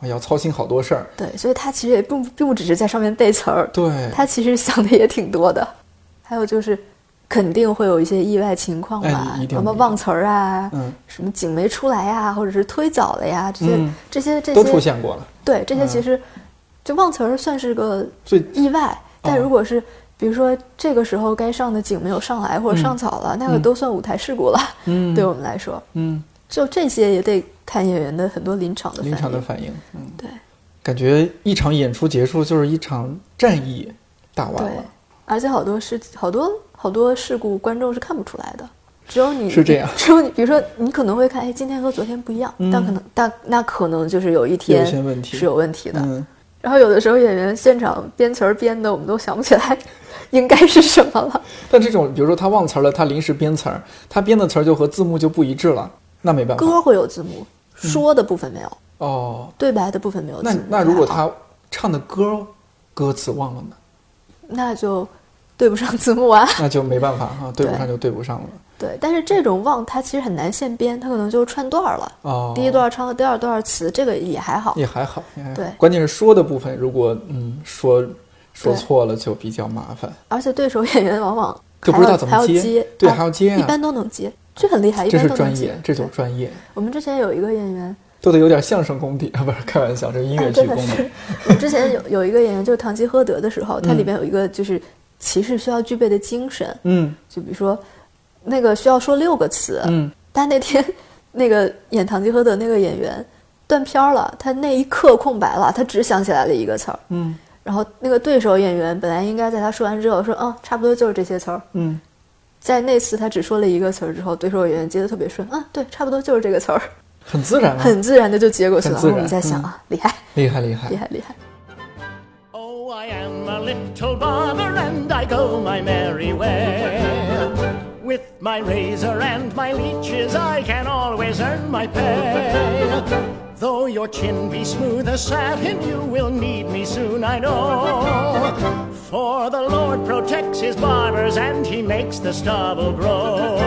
[SPEAKER 1] 我要操心好多事儿。
[SPEAKER 2] 对，所以他其实也并不并不只是在上面背词儿，
[SPEAKER 1] 对，
[SPEAKER 2] 他其实想的也挺多的。还有就是，肯定会有一些意外情况吧
[SPEAKER 1] 哎，一定
[SPEAKER 2] 什么
[SPEAKER 1] 的
[SPEAKER 2] 忘词儿啊，
[SPEAKER 1] 嗯
[SPEAKER 2] 什么景没出来啊，或者是推早了呀，这些、
[SPEAKER 1] 嗯
[SPEAKER 2] 这些这些
[SPEAKER 1] 都出现嗯过了。
[SPEAKER 2] 对，这些其实、就忘词儿算是个
[SPEAKER 1] 最
[SPEAKER 2] 意
[SPEAKER 1] 哦
[SPEAKER 2] 外，但如果是、比如说这个时候该上的景没有上来，或者上早了，那个都算舞台事故了。
[SPEAKER 1] 嗯
[SPEAKER 2] 对我们来说，
[SPEAKER 1] 嗯，
[SPEAKER 2] 就这些也得看演员的很多临场的反
[SPEAKER 1] 临
[SPEAKER 2] 应。
[SPEAKER 1] 场的反应，嗯，
[SPEAKER 2] 对
[SPEAKER 1] 感觉一场演出结束就是一场战役打
[SPEAKER 2] 对
[SPEAKER 1] 完了，，
[SPEAKER 2] 而且好多事好多好多事故观众是看不出来的。只有你
[SPEAKER 1] 是这样嗯
[SPEAKER 2] 只有你，比如说你可能会看，哎，今天和昨天不一样，但可能但那可能就是有一天
[SPEAKER 1] 些问题
[SPEAKER 2] 是有问题的，
[SPEAKER 1] 嗯，
[SPEAKER 2] 然后有的时候演员现场编词儿编的，我们都想不起来 应该是什么了。
[SPEAKER 1] 但这种比如说他忘词儿了，他临时编词儿，他编的词儿就和字幕就不一致了，那没办法。
[SPEAKER 2] 歌会有字幕，说的部分没有，
[SPEAKER 1] 哦，
[SPEAKER 2] 对白的部分没有字
[SPEAKER 1] 嗯那那
[SPEAKER 2] 幕。
[SPEAKER 1] 如果
[SPEAKER 2] 还好
[SPEAKER 1] 他唱的歌歌词忘了呢，
[SPEAKER 2] 那就对不上字幕啊。
[SPEAKER 1] 那就没办法哈、对不
[SPEAKER 2] 对
[SPEAKER 1] 上就对不上了。
[SPEAKER 2] 对，但是这种忘它其实很难现编，它可能就串段儿了。
[SPEAKER 1] 哦，
[SPEAKER 2] 第一段唱到第二段词，这个也还好。
[SPEAKER 1] 也还好，也还好
[SPEAKER 2] 对
[SPEAKER 1] 关键是说的部分，如果嗯说说
[SPEAKER 2] 对啊
[SPEAKER 1] 错了就比较麻烦，
[SPEAKER 2] 而且对手演员往往
[SPEAKER 1] 就
[SPEAKER 2] 还
[SPEAKER 1] 不知道
[SPEAKER 2] 要
[SPEAKER 1] 怎
[SPEAKER 2] 还
[SPEAKER 1] 么
[SPEAKER 2] 要
[SPEAKER 1] 接
[SPEAKER 2] 接，
[SPEAKER 1] 对
[SPEAKER 2] 啊
[SPEAKER 1] 还要接啊
[SPEAKER 2] 一般都能接，这很厉害，一
[SPEAKER 1] 这
[SPEAKER 2] 般
[SPEAKER 1] 是
[SPEAKER 2] 都能
[SPEAKER 1] 专
[SPEAKER 2] 接
[SPEAKER 1] 业，。这种专业。
[SPEAKER 2] 我们之前有一个演员，
[SPEAKER 1] 都得有点相声功底 啊，不是开玩笑， 这个音乐
[SPEAKER 2] 哎
[SPEAKER 1] 剧
[SPEAKER 2] 真的
[SPEAKER 1] 功底
[SPEAKER 2] 是。我们之前有有一个演员，就是《堂吉诃德》的时候，它里边有一个就是骑士需要具备的精神，
[SPEAKER 1] 嗯
[SPEAKER 2] 就比如说那个需要说六个词，
[SPEAKER 1] 嗯，
[SPEAKER 2] 但那天那个演《堂吉诃德》那个演员断片儿了，他那一刻空白了，他只想起来了一个词儿，
[SPEAKER 1] 嗯
[SPEAKER 2] 然后那个对手演员本来应该在他说完之后说，嗯，差不多就是这些词儿。
[SPEAKER 1] 嗯，
[SPEAKER 2] 在那次他只说了一个词儿之后，对手演员接的特别顺，嗯，对，差不多就是这个词儿，
[SPEAKER 1] 很自然啊，
[SPEAKER 2] 很自然的就接过去了。
[SPEAKER 1] 很自然
[SPEAKER 2] 我们在想
[SPEAKER 1] 嗯
[SPEAKER 2] 啊，厉害，
[SPEAKER 1] 厉害厉害
[SPEAKER 2] 厉。害，厉害。
[SPEAKER 5] Oh, I am a little barber and I go my merry way. With my razor and my leeches I can always earn my pay. Though your chin be smooth as satin, you will need me soon, I know. For the Lord protects his barbers and he makes the stubble grow.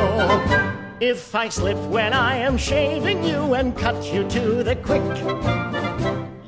[SPEAKER 5] If I slip when I am shaving you and cut you to the quick,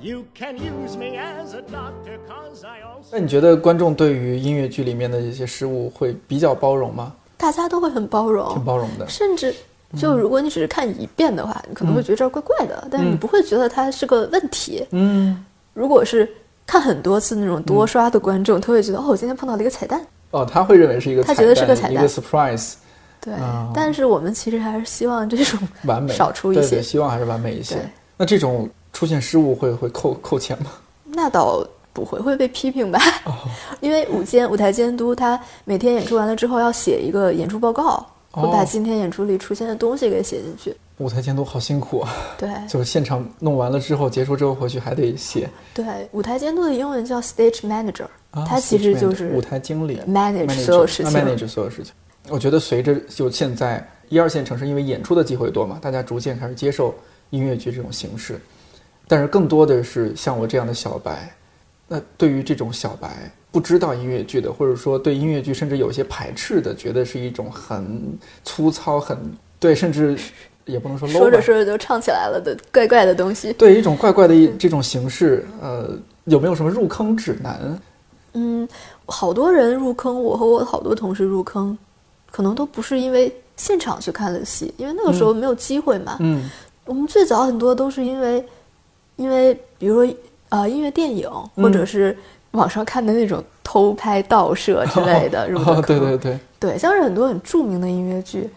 [SPEAKER 5] you can use me as a doctor, cause I also.
[SPEAKER 1] 那你觉得观众对于音乐剧里面的一些失误会比较包容吗？
[SPEAKER 2] 大家都会很包容，
[SPEAKER 1] 挺包容的。嗯
[SPEAKER 2] 甚至就如果你只是看一遍的话，你可能会觉得这儿怪怪的，但是你不会觉得它是个问题。
[SPEAKER 1] 嗯，
[SPEAKER 2] 如果是看很多次那种多刷的观众，他会觉得哦，我今天碰到了一个彩蛋。
[SPEAKER 1] 哦，他会认为是一个
[SPEAKER 2] 他觉得是个彩
[SPEAKER 1] 一
[SPEAKER 2] 蛋
[SPEAKER 1] 个 surprise，
[SPEAKER 2] 对，
[SPEAKER 1] 哦
[SPEAKER 2] 但是我们其实还是希望这种
[SPEAKER 1] 完美，
[SPEAKER 2] 少出一
[SPEAKER 1] 对
[SPEAKER 2] 些
[SPEAKER 1] 对，。希望还是完美一些
[SPEAKER 2] 对。
[SPEAKER 1] 那这种出现失误会会扣扣钱吗？
[SPEAKER 2] 那倒不会，会被批评吧？
[SPEAKER 1] 哦
[SPEAKER 2] 因为舞监舞台监督他每天演出完了之后要写一个演出报告，
[SPEAKER 1] 哦
[SPEAKER 2] 会把今天演出里出现的东西给写进去。
[SPEAKER 1] 舞台监督好辛苦啊，
[SPEAKER 2] 对
[SPEAKER 1] 就是现场弄完了之后，结束之后回去还得写。
[SPEAKER 2] 对，舞台监督的英文叫 stage manager，、
[SPEAKER 1] 啊
[SPEAKER 2] 他其实就
[SPEAKER 1] stage
[SPEAKER 2] 是
[SPEAKER 1] manager，舞台经理
[SPEAKER 2] manage 所有事情
[SPEAKER 1] m a n a g e 所有事情。我觉得随着就现在一二线城市，因为演出的机会多嘛，大家逐渐开始接受音乐剧这种形式，但是更多的是像我这样的小白，那对于这种小白不知道音乐剧的，或者说对音乐剧甚至有些排斥的，觉得是一种很粗糙、很对，甚至 也不能说 low
[SPEAKER 2] 说着
[SPEAKER 1] 吧
[SPEAKER 2] 说着就唱起来了的怪怪的东西。
[SPEAKER 1] 对一种怪怪的一这种形式，呃，有没有什么入坑指南？
[SPEAKER 2] 嗯，好多人入坑，我和我好多同事入坑，可能都不是因为现场去看了戏，因为那个时候没有机会嘛。
[SPEAKER 1] 嗯
[SPEAKER 2] 我们最早很多都是因为，因为比如说呃音乐电影，或
[SPEAKER 1] 嗯
[SPEAKER 2] 者是网上看的那种偷拍盗 摄之类的入的
[SPEAKER 1] 哦
[SPEAKER 2] 坑。
[SPEAKER 1] 对对对，
[SPEAKER 2] 对，像是很多很著名的音乐剧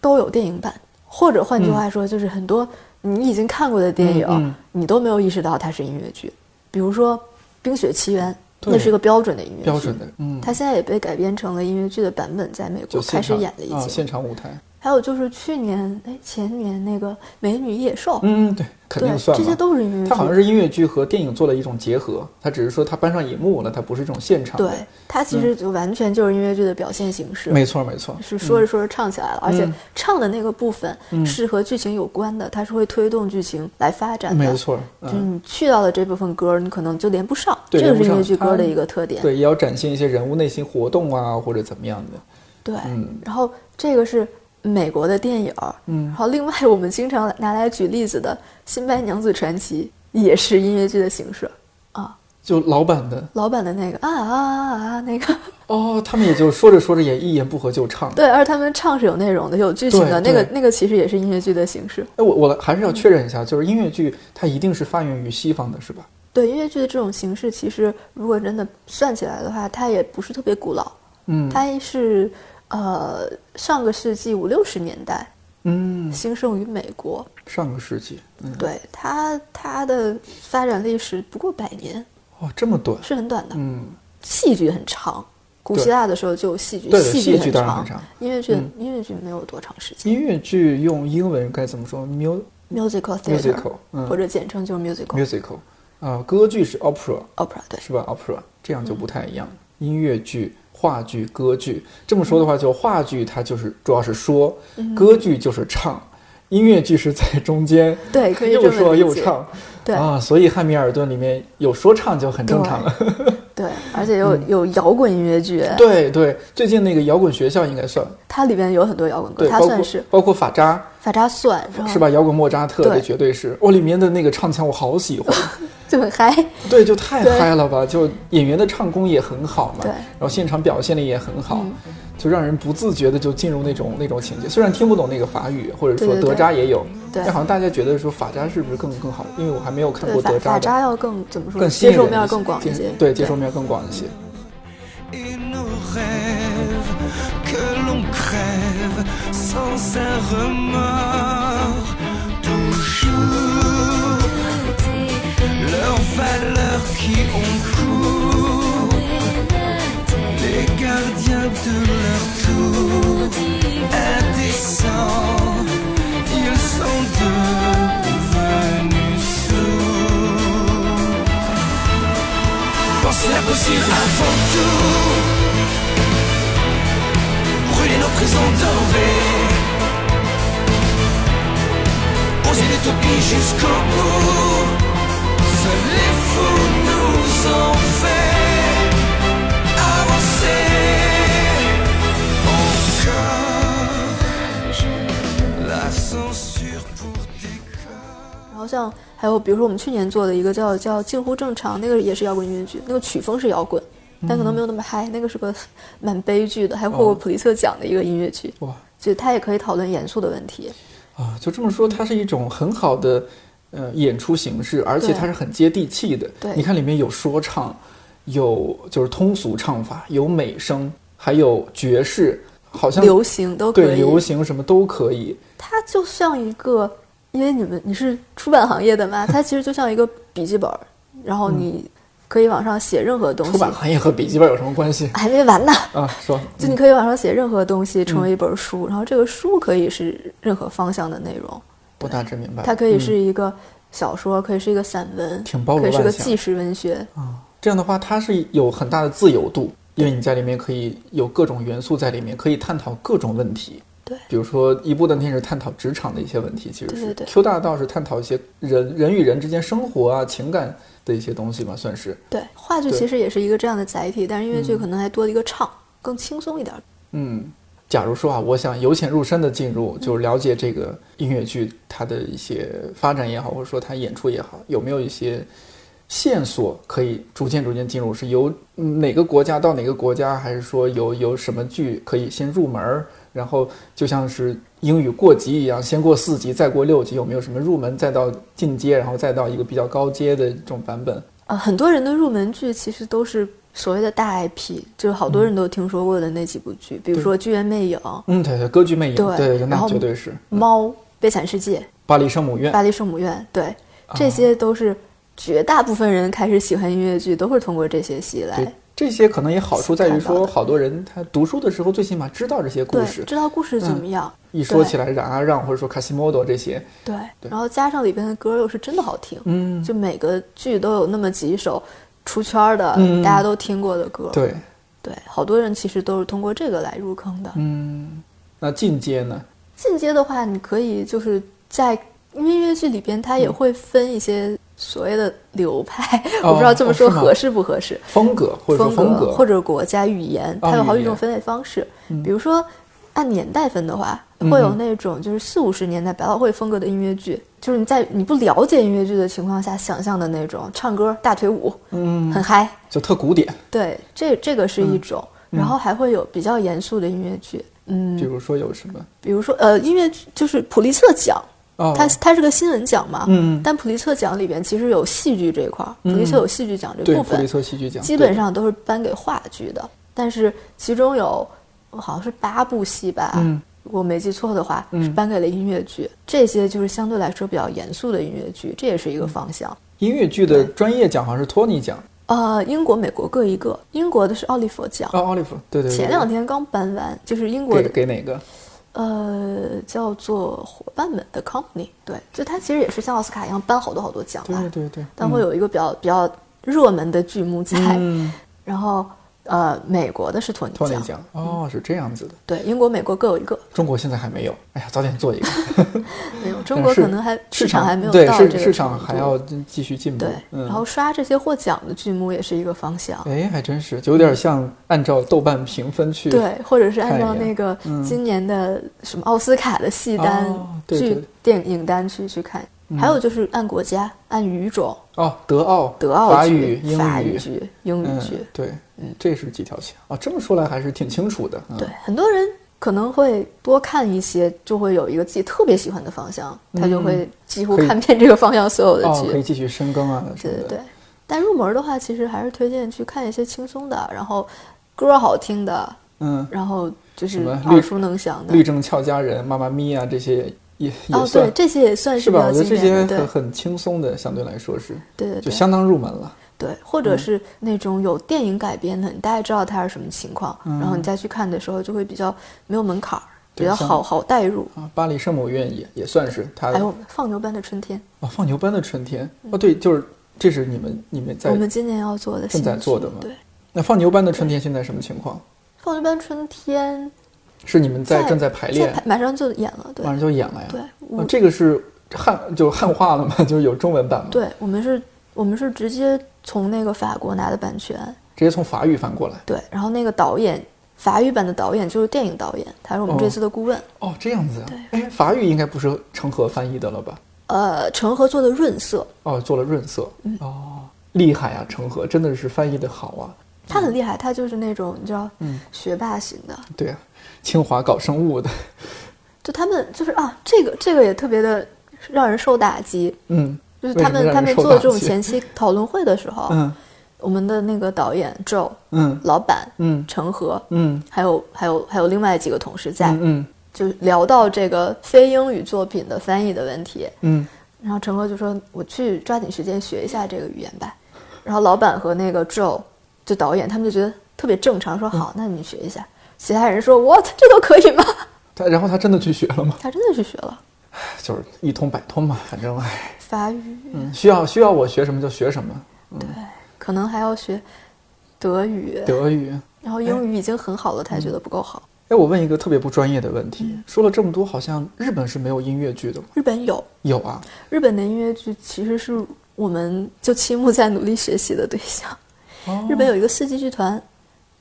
[SPEAKER 2] 都有电影版，或者换句话说，就是很多你已经看过的电影，
[SPEAKER 1] 嗯嗯嗯
[SPEAKER 2] 你都没有意识到它是音乐剧。比如说《冰雪奇缘》，
[SPEAKER 1] 对
[SPEAKER 2] 那是一个标准的音乐剧，
[SPEAKER 1] 标准的，嗯，
[SPEAKER 2] 它现在也被改编成了音乐剧的版本，在美
[SPEAKER 1] 就
[SPEAKER 2] 国开始
[SPEAKER 1] 现场
[SPEAKER 2] 演了已
[SPEAKER 1] 啊，
[SPEAKER 2] 经。
[SPEAKER 1] 现场舞台，
[SPEAKER 2] 还有就是去年，哎，前年那个《美女野兽》，
[SPEAKER 1] 嗯，对，肯定
[SPEAKER 2] 对，
[SPEAKER 1] 算
[SPEAKER 2] 这些
[SPEAKER 1] 嘛。
[SPEAKER 2] 都是音乐剧。
[SPEAKER 1] 它好像是音乐剧和电影做了一种结合，它只是说它搬上银幕了，它不是这种现场的。嗯
[SPEAKER 2] 对，它其实就完全就是音乐剧的表现形式。
[SPEAKER 1] 没嗯错没错，
[SPEAKER 2] 是说着说着唱起来了，而且唱的那个部分
[SPEAKER 1] 嗯
[SPEAKER 2] 是和剧情有关的，它是会推动剧情来发展的。
[SPEAKER 1] 没错，
[SPEAKER 2] 就是
[SPEAKER 1] 嗯，
[SPEAKER 2] 你去到了这部分歌儿，你可能就连不上，
[SPEAKER 1] 对
[SPEAKER 2] 这个
[SPEAKER 1] 连不
[SPEAKER 2] 是音乐
[SPEAKER 1] 上
[SPEAKER 2] 剧歌
[SPEAKER 1] 它
[SPEAKER 2] 儿的一个特点。
[SPEAKER 1] 对，也要展现一些人物内心活动啊，或者怎么样的。
[SPEAKER 2] 对
[SPEAKER 1] 嗯
[SPEAKER 2] 然后这个是美国的电影，嗯，然后另外我们经常拿来举例子的《新白娘子传奇》也是音乐剧的形式。
[SPEAKER 1] 就老版的
[SPEAKER 2] 老版的那个啊啊啊啊啊那个，
[SPEAKER 1] 哦，他们也就说着说着也一言不合就唱。
[SPEAKER 2] 对，而他们唱是有内容的，有剧情的，
[SPEAKER 1] 对
[SPEAKER 2] 那个
[SPEAKER 1] 对
[SPEAKER 2] 那个其实也是音乐剧的形式。
[SPEAKER 1] 哎，我我还
[SPEAKER 2] 嗯
[SPEAKER 1] 是要确认一下，就是音乐剧它一定是发源于西方的，是吧？
[SPEAKER 2] 对音乐剧的这种形式，其实如果真的算起来的话，它也不是特别古老，
[SPEAKER 1] 嗯
[SPEAKER 2] 它是呃上个世纪五六十年代
[SPEAKER 1] 嗯，
[SPEAKER 2] 兴盛于美国，
[SPEAKER 1] 上个世纪，嗯，
[SPEAKER 2] 对它它的发展历史不过百年，
[SPEAKER 1] 哦，这么短，
[SPEAKER 2] 是很短的。
[SPEAKER 1] 嗯，
[SPEAKER 2] 戏剧很长，古
[SPEAKER 1] 对
[SPEAKER 2] 希腊的时候就有戏剧，
[SPEAKER 1] 对对戏
[SPEAKER 2] 剧
[SPEAKER 1] 剧
[SPEAKER 2] 很
[SPEAKER 1] 当然
[SPEAKER 2] 长，
[SPEAKER 1] 很长
[SPEAKER 2] 音乐剧、
[SPEAKER 1] 嗯
[SPEAKER 2] 音乐剧没有多长时间。
[SPEAKER 1] 音乐剧用英文该怎么说？mu
[SPEAKER 2] musical theater，
[SPEAKER 1] 嗯 musical，嗯
[SPEAKER 2] 或者简称就是 musical
[SPEAKER 1] musical，啊、歌剧是 opera，
[SPEAKER 2] opera，对，
[SPEAKER 1] 是吧？opera 这样就不太一样。
[SPEAKER 2] 嗯
[SPEAKER 1] 音乐剧、话剧、歌剧，这么说的话，就话剧它就是主要是说，
[SPEAKER 2] 嗯
[SPEAKER 1] 歌剧就是唱，音乐剧是在中间，
[SPEAKER 2] 对可以这
[SPEAKER 1] 又
[SPEAKER 2] 么
[SPEAKER 1] 说
[SPEAKER 2] 理
[SPEAKER 1] 又
[SPEAKER 2] 解
[SPEAKER 1] 唱，
[SPEAKER 2] 对
[SPEAKER 1] 啊，所以《汉密尔顿》里面有说唱就很正常了。
[SPEAKER 2] 对，而且有、有摇滚音乐剧，
[SPEAKER 1] 嗯对对，最近那个摇滚学校应该算，
[SPEAKER 2] 它里边有很多摇滚歌，
[SPEAKER 1] 对，
[SPEAKER 2] 它
[SPEAKER 1] 包
[SPEAKER 2] 算
[SPEAKER 1] 括
[SPEAKER 2] 是
[SPEAKER 1] 包括法扎
[SPEAKER 2] 法扎算，然后
[SPEAKER 1] 是吧？摇滚莫扎特
[SPEAKER 2] 对
[SPEAKER 1] 这绝对是，哇，里面的那个唱腔我好喜欢，
[SPEAKER 2] 就很嗨，
[SPEAKER 1] 对，就太
[SPEAKER 2] 对
[SPEAKER 1] 嗨了吧！就演员的唱功也很好嘛，
[SPEAKER 2] 对嗯
[SPEAKER 1] 然后现场表现力也很好，就让人不自觉的就进入那种那种情节。虽然听不懂那个法语，或者说
[SPEAKER 2] 对对对
[SPEAKER 1] 德扎也有，
[SPEAKER 2] 对
[SPEAKER 1] 但好像大家觉得说法扎是不是更更好？因为我还没有看
[SPEAKER 2] 对
[SPEAKER 1] 过
[SPEAKER 2] 法
[SPEAKER 1] 德
[SPEAKER 2] 法
[SPEAKER 1] 扎
[SPEAKER 2] 扎
[SPEAKER 1] 的，
[SPEAKER 2] 要更怎么说，
[SPEAKER 1] 更吸
[SPEAKER 2] 接
[SPEAKER 1] 引
[SPEAKER 2] 受
[SPEAKER 1] 人
[SPEAKER 2] 面
[SPEAKER 1] 一些
[SPEAKER 2] 更广一
[SPEAKER 1] 接
[SPEAKER 2] 些，
[SPEAKER 1] 对，接受面更广一些。
[SPEAKER 6] et nos rêves que l'on crève sans un remords. Toujours leur valeur qui ont cours, les gardiens de leur tour, indécents, ils sont devenus sourds. Penser l'impossible avant tout Brûler nos prisons dorées Oser l'utopie jusqu'au bout Seuls les fous nous ont fait Avancer Encore La censure pour décor
[SPEAKER 2] 然后像还有比如说我们去年做的一个叫叫近乎正常，那个也是摇滚音乐剧，那个曲风是摇滚，但可能
[SPEAKER 1] 嗯
[SPEAKER 2] 没有那么嗨，那个是个 蛮悲剧的，还获过
[SPEAKER 1] 哦
[SPEAKER 2] 普利策奖的一个音乐剧，
[SPEAKER 1] 哇
[SPEAKER 2] 所以它也可以讨论严肃的问题。
[SPEAKER 1] 啊，就这么说，它是一种很好的呃演出形式，而且
[SPEAKER 2] 对
[SPEAKER 1] 它是很接地气的。
[SPEAKER 2] 对
[SPEAKER 1] 你看里面有说唱，有就是通俗唱法，有美声，还有爵士，好像
[SPEAKER 2] 流行都可
[SPEAKER 1] 对
[SPEAKER 2] 以，
[SPEAKER 1] 流行什么都可以。
[SPEAKER 2] 它就像一个，因为你们你是出版行业的 嘛，它其实就像一个笔记本儿，然后你可以往上写任何东
[SPEAKER 1] 嗯出
[SPEAKER 2] 西，
[SPEAKER 1] 版行业和笔记本有什么关 系
[SPEAKER 2] 还没完呢，
[SPEAKER 1] 啊？说
[SPEAKER 2] 就你可以往上写任何东西，成为一本书，然后这个书可以是任何方向的内容，
[SPEAKER 1] 我大致明白了，
[SPEAKER 2] 它可以
[SPEAKER 1] 嗯
[SPEAKER 2] 是一个小说，可以是一个散文，
[SPEAKER 1] 挺包罗
[SPEAKER 2] 可以是
[SPEAKER 1] 万
[SPEAKER 2] 个
[SPEAKER 1] 象
[SPEAKER 2] 纪实文学，
[SPEAKER 1] 啊，这样的话它是有很大的自由度，因为你在里面可以有各种元素在里面，可以探讨各种问题。
[SPEAKER 2] 对
[SPEAKER 1] 比如说一部的那是探讨职场的一些问题，其实是
[SPEAKER 2] 对对对
[SPEAKER 1] Q 大道是探讨一些人人与人之间生活啊、情感的一些东西吧，算是。
[SPEAKER 2] 对，话剧
[SPEAKER 1] 对
[SPEAKER 2] 其实也是一个这样的载体，但是音乐剧可能还多了一个唱，更轻松一点儿。
[SPEAKER 1] 嗯，假如说啊，我想由浅入深的进入，就是了解这个音乐剧它的一些发展也好，或者说它演出也好，有没有一些线索可以逐渐逐渐进入？是由嗯哪个国家到哪个国家，还是说由由什么剧可以先入门儿？然后就像是英语过级一样，先过四级，再过六级，有没有什么入门，再到进阶，然后再到一个比较高阶的这种版本？
[SPEAKER 2] 呃，很多人的入门剧其实都是所谓的大 IP，就是好多人都听说过的那几部剧，比如说《剧院魅影》《
[SPEAKER 1] 嗯，对对，歌剧魅影，
[SPEAKER 2] 对
[SPEAKER 1] 对，
[SPEAKER 2] 然
[SPEAKER 1] 那
[SPEAKER 2] 后
[SPEAKER 1] 绝对是
[SPEAKER 2] 猫》《悲惨世界》《
[SPEAKER 1] 巴黎圣母院，
[SPEAKER 2] 巴黎圣母院》，对，
[SPEAKER 1] 啊
[SPEAKER 2] 这些都是绝大部分人开始喜欢音乐剧都是通过这些戏来
[SPEAKER 1] 对，这些可能也好处在于
[SPEAKER 2] 看到
[SPEAKER 1] 说，
[SPEAKER 2] 的
[SPEAKER 1] 好多人他读书的时候最起码知道这些故
[SPEAKER 2] 对
[SPEAKER 1] 事，嗯
[SPEAKER 2] 知道故事怎么样，
[SPEAKER 1] 一说
[SPEAKER 2] 对
[SPEAKER 1] 起来冉阿让或者说卡西莫多这些，
[SPEAKER 2] 对，
[SPEAKER 1] 对
[SPEAKER 2] 然后加上里边的歌又是真的好听，
[SPEAKER 1] 嗯
[SPEAKER 2] 就每个剧都有那么几首出圈儿的，
[SPEAKER 1] 嗯
[SPEAKER 2] 大家都听过的歌，
[SPEAKER 1] 对，
[SPEAKER 2] 对，好多人其实都是通过这个来入坑的。
[SPEAKER 1] 嗯，那进阶呢？
[SPEAKER 2] 进阶的话，你可以就是在因为音乐剧里边，它也会分一些所谓的流派，
[SPEAKER 1] 嗯哦
[SPEAKER 2] 我不知道这么
[SPEAKER 1] 哦
[SPEAKER 2] 说
[SPEAKER 1] 是吗
[SPEAKER 2] 合适不合适，
[SPEAKER 1] 风格或者说
[SPEAKER 2] 格
[SPEAKER 1] 风格，
[SPEAKER 2] 或者国家语言，
[SPEAKER 1] 哦
[SPEAKER 2] 它有好
[SPEAKER 1] 语
[SPEAKER 2] 几
[SPEAKER 1] 言嗯
[SPEAKER 2] 种分类方式。比如说按年代分的话，会有那种就是四五十年代百老汇风格的音乐剧，就是你在你不了解音乐剧的情况下想象的那种唱歌大腿舞，嗯，很嗨，
[SPEAKER 1] 就特古典，
[SPEAKER 2] 对，这这个是一
[SPEAKER 1] 嗯
[SPEAKER 2] 种。然后还会有比较严肃的音乐剧，嗯，
[SPEAKER 1] 比如说有什么
[SPEAKER 2] 比如说呃，音乐剧就是普利策奖，
[SPEAKER 1] 哦，
[SPEAKER 2] 它它是个新闻奖嘛，
[SPEAKER 1] 嗯
[SPEAKER 2] 但普利策奖里边其实有戏剧这一块儿，普利策有戏剧奖这
[SPEAKER 1] 对
[SPEAKER 2] 部
[SPEAKER 1] 普利
[SPEAKER 2] 分，
[SPEAKER 1] 策戏剧奖，
[SPEAKER 2] 基
[SPEAKER 1] 对
[SPEAKER 2] 本上都是颁给话剧的，但是其中有好像是八部戏吧，
[SPEAKER 1] 嗯
[SPEAKER 2] 如果我没记错的话，
[SPEAKER 1] 嗯
[SPEAKER 2] 是颁给了音乐剧，这些就是相对来说比较严肃的音乐剧，这也是一
[SPEAKER 1] 嗯
[SPEAKER 2] 个方向。
[SPEAKER 1] 音乐剧的专业奖好像是托尼奖，
[SPEAKER 2] 呃，英国、美国各一个，英国的是奥利弗奖，
[SPEAKER 1] 哦，奥利弗，对对对，
[SPEAKER 2] 前两
[SPEAKER 1] 对
[SPEAKER 2] 天刚颁完，就是英国的
[SPEAKER 1] 给给哪个？
[SPEAKER 2] 呃，叫做伙伴们的 company，对，就它其实也是像奥斯卡一样颁好多好多奖
[SPEAKER 1] 对
[SPEAKER 2] 吧，
[SPEAKER 1] 对对，
[SPEAKER 2] 啊但会有一个比较比较热门的剧目在，
[SPEAKER 1] 嗯，
[SPEAKER 2] 然后呃，美国的是托尼
[SPEAKER 1] 托尼
[SPEAKER 2] 奖，
[SPEAKER 1] 奖，哦，是这样子的，
[SPEAKER 2] 对，英国、美国各有一个，
[SPEAKER 1] 中国现在还没有，哎呀，早点 做一个，
[SPEAKER 2] 没有中国
[SPEAKER 1] 是
[SPEAKER 2] 可能还
[SPEAKER 1] 市
[SPEAKER 2] 场还没有
[SPEAKER 1] 对
[SPEAKER 2] 到这
[SPEAKER 1] 市
[SPEAKER 2] 个
[SPEAKER 1] 市场
[SPEAKER 2] 程
[SPEAKER 1] 还
[SPEAKER 2] 度
[SPEAKER 1] 要继续进步，
[SPEAKER 2] 对，
[SPEAKER 1] 嗯
[SPEAKER 2] 然后刷这些获奖的剧目也是一个方向，
[SPEAKER 1] 哎，还真是，就有点像按照豆瓣评分去
[SPEAKER 2] 嗯对，或者是
[SPEAKER 1] 看
[SPEAKER 2] 按
[SPEAKER 1] 一
[SPEAKER 2] 照
[SPEAKER 1] 眼
[SPEAKER 2] 那个
[SPEAKER 1] 嗯
[SPEAKER 2] 今年的什么奥斯卡的戏单、
[SPEAKER 1] 哦对对嗯
[SPEAKER 2] 剧电影单去去看，还有就是按国家、按语种。
[SPEAKER 1] 哦，德奥、
[SPEAKER 2] 德奥
[SPEAKER 1] 法
[SPEAKER 2] 剧
[SPEAKER 1] 语、英
[SPEAKER 2] 法
[SPEAKER 1] 语、
[SPEAKER 2] 剧、英语
[SPEAKER 1] 嗯
[SPEAKER 2] 剧，，
[SPEAKER 1] 对，这是几条线啊、哦这么说来还是挺清楚的。嗯、
[SPEAKER 2] 对，很多人可能会多看一些，就会有一个自己特别喜欢的方向，他就会几乎
[SPEAKER 1] 嗯可以
[SPEAKER 2] 看遍这个方向所有的
[SPEAKER 1] 哦，可以
[SPEAKER 2] 剧。
[SPEAKER 1] 继续深耕啊什
[SPEAKER 2] 对
[SPEAKER 1] 么
[SPEAKER 2] 对
[SPEAKER 1] 的。
[SPEAKER 2] 对。但入门的话，其实还是推荐去看一些轻松的，然后歌好听的，
[SPEAKER 1] 嗯，
[SPEAKER 2] 然后就是
[SPEAKER 1] 么律
[SPEAKER 2] 耳熟能详的
[SPEAKER 1] 律。政俏佳人、妈妈咪啊呀这些也也
[SPEAKER 2] 哦，
[SPEAKER 1] 算、
[SPEAKER 2] 对，这些也算
[SPEAKER 1] 是
[SPEAKER 2] 比
[SPEAKER 1] 吧？
[SPEAKER 2] 较
[SPEAKER 1] 我觉得
[SPEAKER 2] 经
[SPEAKER 1] 这
[SPEAKER 2] 典
[SPEAKER 1] 些
[SPEAKER 2] 的，
[SPEAKER 1] 很
[SPEAKER 2] 对
[SPEAKER 1] 很轻松的，相对来说是，
[SPEAKER 2] 对对
[SPEAKER 1] 就
[SPEAKER 2] 对
[SPEAKER 1] 相嗯当入门了。
[SPEAKER 2] 对，或者是那种有电影改编的，你大概知道它是什么情况，然后你再去看的时候就会比较没有门槛儿，比
[SPEAKER 1] 嗯对
[SPEAKER 2] 较
[SPEAKER 1] 像
[SPEAKER 2] 好好带入。
[SPEAKER 1] 啊，巴黎圣母院也也算是它
[SPEAKER 2] 还有《放牛班的春天》，
[SPEAKER 1] 哦，放牛班的春天哦，对，就是这是你们你们在
[SPEAKER 2] 嗯我们今年要做的
[SPEAKER 1] 正
[SPEAKER 2] 新
[SPEAKER 1] 在做
[SPEAKER 2] 剧
[SPEAKER 1] 的吗
[SPEAKER 2] 对，《
[SPEAKER 1] 那放牛班的春天现在什么情况？
[SPEAKER 2] 放牛班春天》
[SPEAKER 1] 是你们在正在排练，
[SPEAKER 2] 马上就演了。对
[SPEAKER 1] 马上就演了呀。
[SPEAKER 2] 对
[SPEAKER 1] 啊
[SPEAKER 2] 我
[SPEAKER 1] 这个是汉就汉化了吗？ 就是有中文版吗？，
[SPEAKER 2] 对，我们是，我们是直接从那个法国拿的版权，
[SPEAKER 1] 直接从法语翻过来。
[SPEAKER 2] 对，然后那个导演，法语版的导演就是电影导演，他是我们
[SPEAKER 1] 哦
[SPEAKER 2] 这次的顾问。
[SPEAKER 1] 哦，这样子啊。哎，法语应该不是成河翻译的了吧？
[SPEAKER 2] 呃，成河做的润色，
[SPEAKER 1] 哦，做了润色。
[SPEAKER 2] 嗯
[SPEAKER 1] 哦，厉害啊，成河真的是翻译的好啊。
[SPEAKER 2] 他很厉害，他就是那种你知道，
[SPEAKER 1] 嗯
[SPEAKER 2] 学霸型的，
[SPEAKER 1] 对啊，清华搞生物的。
[SPEAKER 2] 就他们就是啊，这个这个也特别的让人受打击，
[SPEAKER 1] 嗯
[SPEAKER 2] 就是
[SPEAKER 1] 为
[SPEAKER 2] 他
[SPEAKER 1] 什么
[SPEAKER 2] 们
[SPEAKER 1] 让
[SPEAKER 2] 他
[SPEAKER 1] 人
[SPEAKER 2] 们
[SPEAKER 1] 受
[SPEAKER 2] 做
[SPEAKER 1] 打
[SPEAKER 2] 这种
[SPEAKER 1] 击
[SPEAKER 2] 前期讨论会的时候，
[SPEAKER 1] 嗯
[SPEAKER 2] 我们的那个导演 Joe，
[SPEAKER 1] 嗯
[SPEAKER 2] 老板，
[SPEAKER 1] 嗯
[SPEAKER 2] 成河，
[SPEAKER 1] 嗯
[SPEAKER 2] 还有还有还有另外几个同事在，
[SPEAKER 1] 嗯嗯
[SPEAKER 2] 就聊到这个非英语作品的翻译的问题，
[SPEAKER 1] 嗯，
[SPEAKER 2] 然后成河就说：“我去抓紧时间学一下这个语言吧。”然后老板和那个 Joe 就导演他们就觉得特别正常，说：“
[SPEAKER 1] 嗯
[SPEAKER 2] 好，那你学一下。”其他人说：“What？这都可以吗
[SPEAKER 1] 他然后他真的去学了吗？？”
[SPEAKER 2] 他真的去学了
[SPEAKER 1] 就是一通百通嘛，反正哎，
[SPEAKER 2] 法语，
[SPEAKER 1] 嗯需要需要我学什么就学什么。
[SPEAKER 2] 可能还要学德语，
[SPEAKER 1] 德语。
[SPEAKER 2] 然后英语已经很好了，他还觉得不够好。
[SPEAKER 1] 哎，我问一个特别不专业的问题，
[SPEAKER 2] 嗯
[SPEAKER 1] 说了这么多，好像日本是没有音乐剧的吗？
[SPEAKER 2] 日本有
[SPEAKER 1] 有啊，
[SPEAKER 2] 日本的音乐剧其实是我们就期末在努力学习的对象。
[SPEAKER 1] 哦
[SPEAKER 2] 日本有一个四季剧团，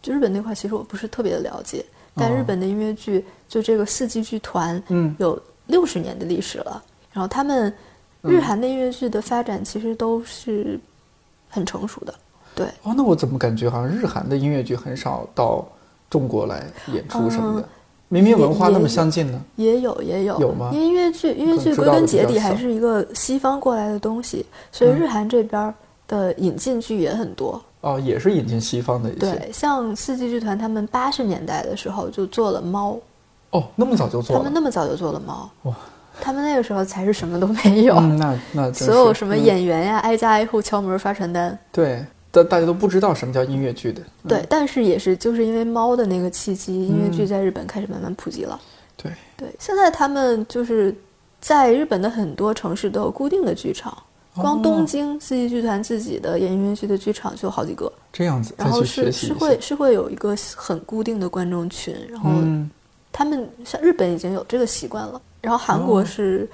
[SPEAKER 2] 就日本那块其实我不是特别的了解，但日本的音乐剧就这个四季剧团，
[SPEAKER 1] 哦嗯
[SPEAKER 2] 有六十年的历史了。然后他们日韩的音乐剧的发展其实都是很成熟的，对，
[SPEAKER 1] 哦，那我怎么感觉好像日韩的音乐剧很少到中国来演出什么的？
[SPEAKER 2] 嗯
[SPEAKER 1] 明明文化
[SPEAKER 2] 也
[SPEAKER 1] 那么
[SPEAKER 2] 也
[SPEAKER 1] 相近呢？
[SPEAKER 2] 也有也有
[SPEAKER 1] 有吗
[SPEAKER 2] 因为音乐剧音乐剧
[SPEAKER 1] 可
[SPEAKER 2] 归
[SPEAKER 1] 能知道的
[SPEAKER 2] 根结
[SPEAKER 1] 比
[SPEAKER 2] 底
[SPEAKER 1] 较少
[SPEAKER 2] 还是一个西方过来的东西，所以日韩这边儿的引进剧也很多。
[SPEAKER 1] 哦，也是引进西方的一些。
[SPEAKER 2] 对，像四季剧团他们八十年代的时候就做了猫，
[SPEAKER 1] 哦，那么早就
[SPEAKER 2] 他
[SPEAKER 1] 做
[SPEAKER 2] 们
[SPEAKER 1] 了。
[SPEAKER 2] 那么早就做了猫，
[SPEAKER 1] 哇，
[SPEAKER 2] 他们那个时候才是什么都没有，
[SPEAKER 1] 嗯，那那真
[SPEAKER 2] 所有
[SPEAKER 1] 是
[SPEAKER 2] 什么
[SPEAKER 1] 嗯
[SPEAKER 2] 演员呀、挨家挨户敲门发传单。
[SPEAKER 1] 对，大大家都不知道什么叫音乐剧的。嗯
[SPEAKER 2] 对，但是也是就是因为猫的那个契机，音乐剧在日本开始慢慢普及了。
[SPEAKER 1] 对，
[SPEAKER 2] 对，现在他们就是在日本的很多城市都有固定的剧场，
[SPEAKER 1] 哦
[SPEAKER 2] 光东京四季剧团自己的演音乐剧的剧场就有好几个，
[SPEAKER 1] 这样子
[SPEAKER 2] 然
[SPEAKER 1] 再
[SPEAKER 2] 后
[SPEAKER 1] 去
[SPEAKER 2] 是
[SPEAKER 1] 学习
[SPEAKER 2] 是
[SPEAKER 1] 一下。
[SPEAKER 2] 会是会有一个很固定的观众群，然后
[SPEAKER 1] 嗯，
[SPEAKER 2] 他们像日本已经有这个习惯了，然后韩
[SPEAKER 1] 哦
[SPEAKER 2] 国是，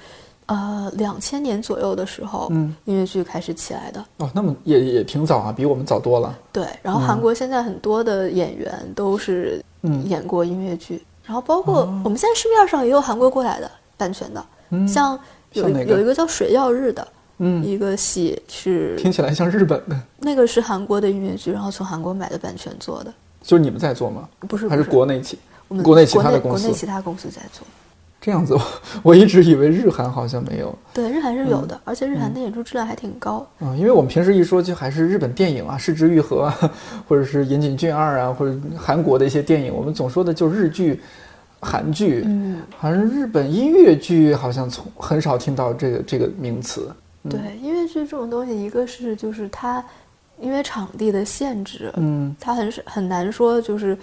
[SPEAKER 2] 呃，两千年左右的时候，
[SPEAKER 1] 嗯
[SPEAKER 2] 音乐剧开始起来的。
[SPEAKER 1] 哦，那么也也挺早啊，比我们早多了。
[SPEAKER 2] 对，然后韩国现在很多的演员都是
[SPEAKER 1] 嗯哦
[SPEAKER 2] 演过音乐剧，然后包括我们现在市面上也有韩国过来的版权的，
[SPEAKER 1] 嗯
[SPEAKER 2] 像有一
[SPEAKER 1] 像哪个
[SPEAKER 2] 有一个叫《水曜日》的
[SPEAKER 1] 嗯，
[SPEAKER 2] 一个戏是
[SPEAKER 1] 听起来像日本的，
[SPEAKER 2] 那个是韩国的音乐剧，然后从韩国买的版权做的，
[SPEAKER 1] 就是你们在做吗？
[SPEAKER 2] 不是
[SPEAKER 1] 还
[SPEAKER 2] 不
[SPEAKER 1] 是
[SPEAKER 2] 是
[SPEAKER 1] 国内起？
[SPEAKER 2] 我们
[SPEAKER 1] 国内其
[SPEAKER 2] 国
[SPEAKER 1] 他
[SPEAKER 2] 内
[SPEAKER 1] 的公
[SPEAKER 2] 国内其
[SPEAKER 1] 司
[SPEAKER 2] 他公司在做。
[SPEAKER 1] 这样子， 我我一直以为日韩好像没有
[SPEAKER 2] 对，日韩是有
[SPEAKER 1] 嗯
[SPEAKER 2] 的，而且日韩的演出质量还挺高。
[SPEAKER 1] 啊、因为我们平时一说就还是日本电影啊，《失之愈合》啊， 或者是岩井俊二啊，或者韩国的一些电影，我们总说的就是日剧、韩剧，
[SPEAKER 2] 嗯，
[SPEAKER 1] 好像日本音乐剧好像从很少听到这个这个名词。
[SPEAKER 2] 对，音乐剧这种东西，一个是就是它因为场地的限制，
[SPEAKER 1] 嗯，
[SPEAKER 2] 它很是很难说就是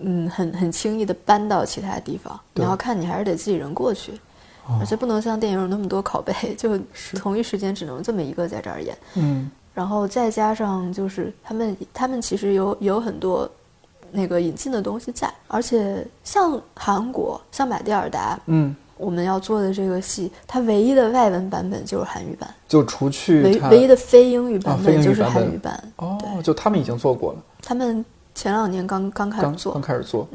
[SPEAKER 2] 嗯很很轻易的搬到其他地方，你
[SPEAKER 1] 对哦
[SPEAKER 2] 要看你还是得自己人过去。而且不能像电影有那么多拷贝，就同一时间只能这么一个在这儿演，
[SPEAKER 1] 嗯，
[SPEAKER 2] 然后再加上就是他们他们其实有有很多那个引进的东西在，而且像韩国像马蒂尔达，
[SPEAKER 1] 嗯，
[SPEAKER 2] 我们要做的这个戏，它唯一的外文版本就是韩语版，
[SPEAKER 1] 就除去
[SPEAKER 2] 唯
[SPEAKER 1] 它
[SPEAKER 2] 唯一的非英语版
[SPEAKER 1] 啊非
[SPEAKER 2] 本
[SPEAKER 1] 英语
[SPEAKER 2] 就是
[SPEAKER 1] 版本
[SPEAKER 2] 韩语版。
[SPEAKER 1] 哦，就他们已经做过了，
[SPEAKER 2] 他们前两年刚刚开始
[SPEAKER 1] 刚
[SPEAKER 2] 做嗯
[SPEAKER 1] 刚，开始做，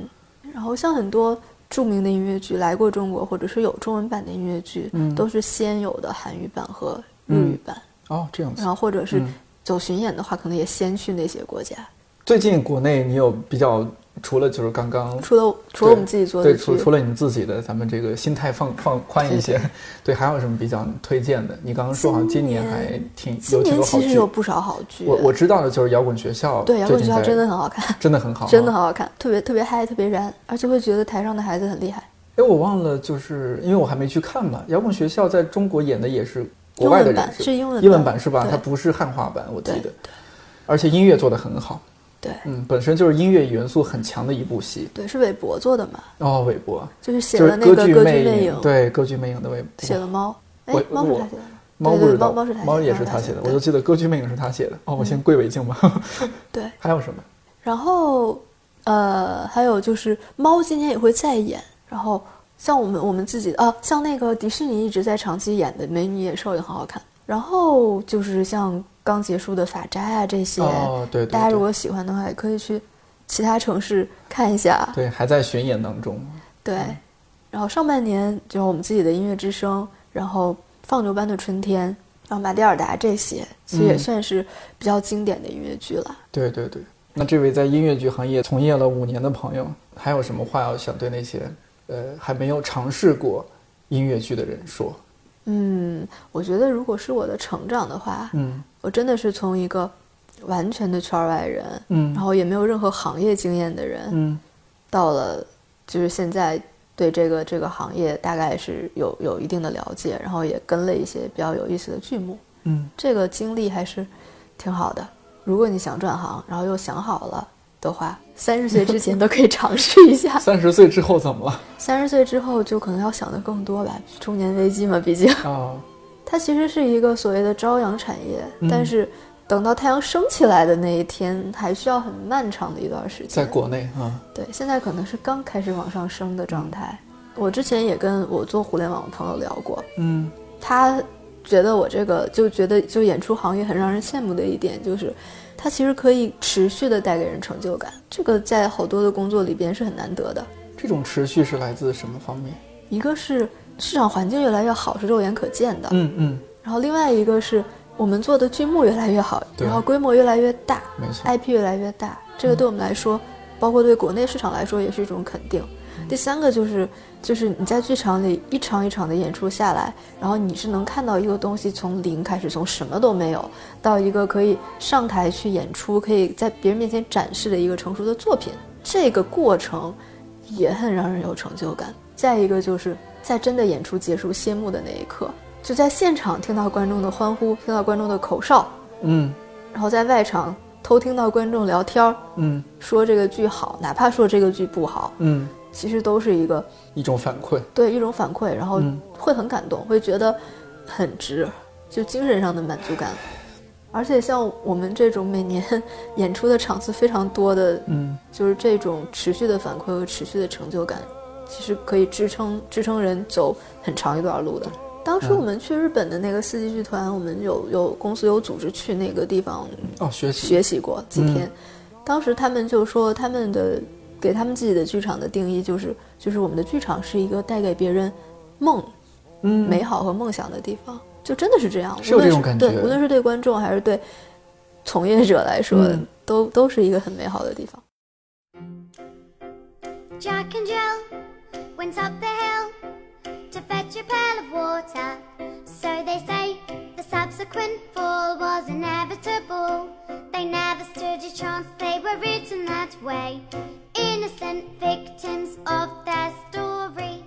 [SPEAKER 2] 然后像很多著名的音乐剧来过中国，或者是有中文版的音乐剧，
[SPEAKER 1] 嗯
[SPEAKER 2] 都是先有的韩语版和日语版，
[SPEAKER 1] 哦，这样子
[SPEAKER 2] 然。后或者是
[SPEAKER 1] 嗯
[SPEAKER 2] 走巡演的话，可能也先去那些国家。
[SPEAKER 1] 最近国内你有比较除了就是刚刚
[SPEAKER 2] 除了除了我们自己做的
[SPEAKER 1] 对，
[SPEAKER 2] 剧，
[SPEAKER 1] 除除了你们自己的，咱们这个心态放放宽一些， 对，还有什么比较推荐的？你刚刚说好像今年
[SPEAKER 2] 今年
[SPEAKER 1] 还挺
[SPEAKER 2] 今
[SPEAKER 1] 有挺
[SPEAKER 2] 年
[SPEAKER 1] 多好
[SPEAKER 2] 其实有
[SPEAKER 1] 剧，
[SPEAKER 2] 不少好剧，啊
[SPEAKER 1] 我我知道的就是摇滚学校，
[SPEAKER 2] 对摇滚学校
[SPEAKER 1] 最近
[SPEAKER 2] 真
[SPEAKER 1] 在
[SPEAKER 2] 的很好看，
[SPEAKER 1] 真的 很好啊，
[SPEAKER 2] 真的很好看，特别特别嗨，特别燃，而且会觉得台上的孩子很厉害。
[SPEAKER 1] 哎，我忘了，就是因为我还没去看嘛。摇滚学校在中国演的也是国外的人士，
[SPEAKER 2] 英文版是英文版
[SPEAKER 1] 英文版是吧？
[SPEAKER 2] 对
[SPEAKER 1] 它不是汉化版，我记
[SPEAKER 2] 对
[SPEAKER 1] 得。而且音乐做得很好，
[SPEAKER 2] 对
[SPEAKER 1] 嗯，本身就是音乐元素很强的一部戏。
[SPEAKER 2] 对，是韦伯做的嘛，
[SPEAKER 1] 哦，韦伯
[SPEAKER 2] 就是写
[SPEAKER 1] 就是
[SPEAKER 2] 了那个《歌剧
[SPEAKER 1] 魅
[SPEAKER 2] 魅影》，
[SPEAKER 1] 对，歌剧魅影的韦伯，
[SPEAKER 2] 写了猫，哎
[SPEAKER 1] 我，
[SPEAKER 2] 猫是
[SPEAKER 1] 我
[SPEAKER 2] 他写的吗，
[SPEAKER 1] 猫
[SPEAKER 2] 对
[SPEAKER 1] 不
[SPEAKER 2] 对，
[SPEAKER 1] 知道，
[SPEAKER 2] 猫猫是他写的，嗯
[SPEAKER 1] 也
[SPEAKER 2] 猫
[SPEAKER 1] 是他
[SPEAKER 2] 写
[SPEAKER 1] 写的，
[SPEAKER 2] 对
[SPEAKER 1] 我就记得歌剧魅影是他写的。哦，我先跪为敬吧。
[SPEAKER 2] 对。
[SPEAKER 1] 还有什么？
[SPEAKER 2] 然后，呃，还有就是猫今年也会再演，然后像我们我们自己啊，像那个迪士尼一直在长期演的《美女与野兽》也很好看，然后就是像刚结束的《法斋》啊这些，
[SPEAKER 1] 哦对对
[SPEAKER 2] 大家
[SPEAKER 1] 对
[SPEAKER 2] 如果喜欢的话，也可以去其他城市看一下，
[SPEAKER 1] 对，还在巡演当中。
[SPEAKER 2] 对，
[SPEAKER 1] 嗯
[SPEAKER 2] 然后上半年就是我们自己的音乐之声，然后放牛班的春天，然后马蒂尔达这些，其实也
[SPEAKER 1] 嗯
[SPEAKER 2] 算是比较经典的音乐剧了。
[SPEAKER 1] 对对对。那这位在音乐剧行业从业了五年的朋友，还有什么话要想对那些呃还没有尝试过音乐剧的人说？
[SPEAKER 2] 嗯，我觉得如果是我的成长的话，
[SPEAKER 1] 嗯
[SPEAKER 2] 我真的是从一个完全的圈外人，
[SPEAKER 1] 嗯
[SPEAKER 2] 然后也没有任何行业经验的人，
[SPEAKER 1] 嗯
[SPEAKER 2] 到了就是现在对这个这个行业大概是有有一定的了解，然后也跟了一些比较有意思的剧目，
[SPEAKER 1] 嗯，，
[SPEAKER 2] 这个经历还是挺好的。如果你想转行，然后又想好了的话，三十岁之前都可以尝试一下
[SPEAKER 1] 三十岁之后怎么了？
[SPEAKER 2] 三十岁之后就可能要想的更多吧，中年危机嘛，毕竟。
[SPEAKER 1] 啊，
[SPEAKER 2] 它其实是一个所谓的朝阳产业，
[SPEAKER 1] 嗯
[SPEAKER 2] 但是等到太阳升起来的那一天，还需要很漫长的一段时
[SPEAKER 1] 在
[SPEAKER 2] 间。
[SPEAKER 1] 国内啊，
[SPEAKER 2] 对，现在可能是刚开始往上升的
[SPEAKER 1] 嗯
[SPEAKER 2] 状态。我之前也跟我做互联网的朋友聊过，
[SPEAKER 1] 嗯
[SPEAKER 2] 他觉得我这个就觉得就演出行业很让人羡慕的一点就是，它其实可以持续的带给人成就感，这个在好多的工作里边是很难得的。
[SPEAKER 1] 这种持续是来自什么方面？
[SPEAKER 2] 一个是市场环境越来越好，是肉眼可见的，
[SPEAKER 1] 嗯嗯，
[SPEAKER 2] 然后另外一个是我们做的剧目越来越好，
[SPEAKER 1] 对
[SPEAKER 2] 然后规模越来越大
[SPEAKER 1] 没错
[SPEAKER 2] ，IP 越来越大，这个对我们来说，包括对国内市场来说也是一种肯定。第三个就是就是你在剧场里一场一场的演出下来，然后你是能看到一个东西从零开始，从什么都没有到一个可以上台去演出，可以在别人面前展示的一个成熟的作品，这个过程也很让人有成就感。再一个就是在真的演出结束谢幕的那一刻，就在现场听到观众的欢呼，听到观众的口哨，
[SPEAKER 1] 嗯
[SPEAKER 2] 然后在外场偷听到观众聊天儿，
[SPEAKER 1] 嗯
[SPEAKER 2] 说这个剧好，哪怕说这个剧不好，
[SPEAKER 1] 嗯，
[SPEAKER 2] 其实都是一个
[SPEAKER 1] 一种反馈。
[SPEAKER 2] 对一种反馈，然后
[SPEAKER 1] 嗯
[SPEAKER 2] 会很感动，会觉得很值，就精神上的满足感。而且像我们这种每年演出的场次非常多的，
[SPEAKER 1] 嗯，
[SPEAKER 2] 就是这种持续的反馈和持续的成就感，其实可以支撑支撑人走很长一段路的。当
[SPEAKER 1] 嗯
[SPEAKER 2] 时我们去日本的那个四季剧团，我们有有公司有组织去那个地方
[SPEAKER 1] 哦，学习。
[SPEAKER 2] 学习过几
[SPEAKER 1] 嗯
[SPEAKER 2] 天。当时他们就说，他们的给他们自己的剧场的定义就是，就是我们的剧场是一个带给别人梦、
[SPEAKER 1] 嗯，
[SPEAKER 2] 美好和梦想的地方，就真的是这样。
[SPEAKER 1] 是有
[SPEAKER 2] 无论
[SPEAKER 1] 这种感觉
[SPEAKER 2] 对，无论是对观众还是对从业者来说，
[SPEAKER 1] 嗯
[SPEAKER 2] 都都是一个很美好的地方。
[SPEAKER 7] Jack and Jill went up the hill to fetch a pail of water. So they say the subsequent fall was inevitable. They never stood a chance, they were written that way. Innocent victims of their story.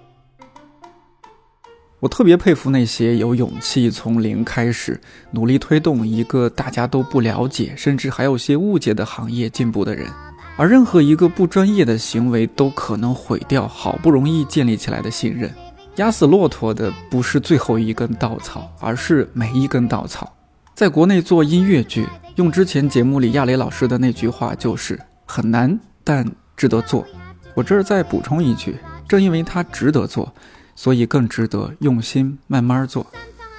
[SPEAKER 1] 我特别佩服那些有勇气从零开始，努力推动一个大家都不了解，甚至还有些误解的行业进步的人。而任何一个不专业的行为都可能毁掉好不容易建立起来的信任。压死骆驼的不是最后一根稻草，而是每一根稻草。在国内做音乐剧，用之前节目里亚雷老师的那句话就是很难，但值得做。我这儿再补充一句，正因为它值得做，所以更值得用心慢慢做。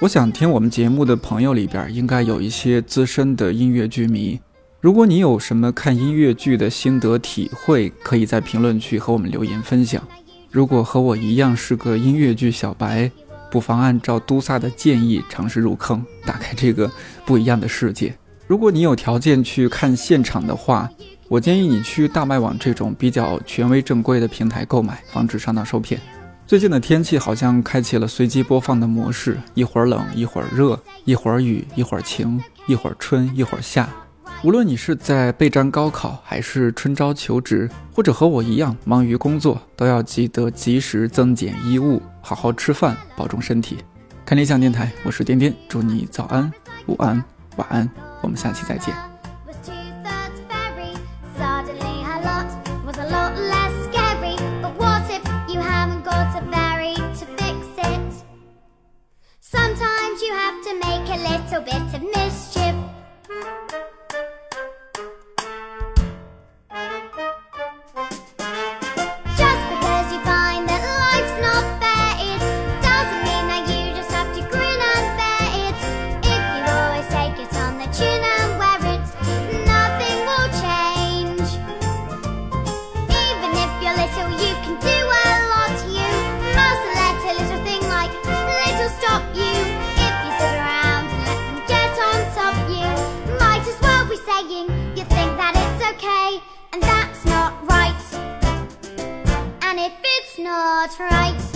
[SPEAKER 1] 我想听我们节目的朋友里边，应该有一些资深的音乐剧迷。如果你有什么看音乐剧的心得体会，可以在评论区和我们留言分享。如果和我一样是个音乐剧小白，不妨按照都萨的建议尝试入坑，打开这个不一样的世界。如果你有条件去看现场的话，我建议你去大麦网这种比较权威正规的平台购买，防止上当受骗。最近的天气好像开启了随机播放的模式，一会儿冷，一会儿热，一会儿雨，一会儿晴，一会儿春，一会儿夏。无论你是在备战高考，还是春招求职，或者和我一样忙于工作，都要记得及时增减衣物，好好吃饭，保重身体。看理想电台，我是颠颠，祝你早安、午安、晚安，我们下期再见。
[SPEAKER 7] was two-thirds fairy. Suddenly a lot was a lot less scary. But what if you haven't got a fairy to fix it? Sometimes you have to make a little bit of mischief. Just because you find that life's not fair, it doesn't mean that you just have to grin and bear it. If you always take it on the chin and wear it, nothing will change. Even if you're little, you can do a lot. You mustn't let a little thing like little stop you. If you sit around and let them get on top you, might as well be saying you think that it's okay, and that's not right. And if it's not right,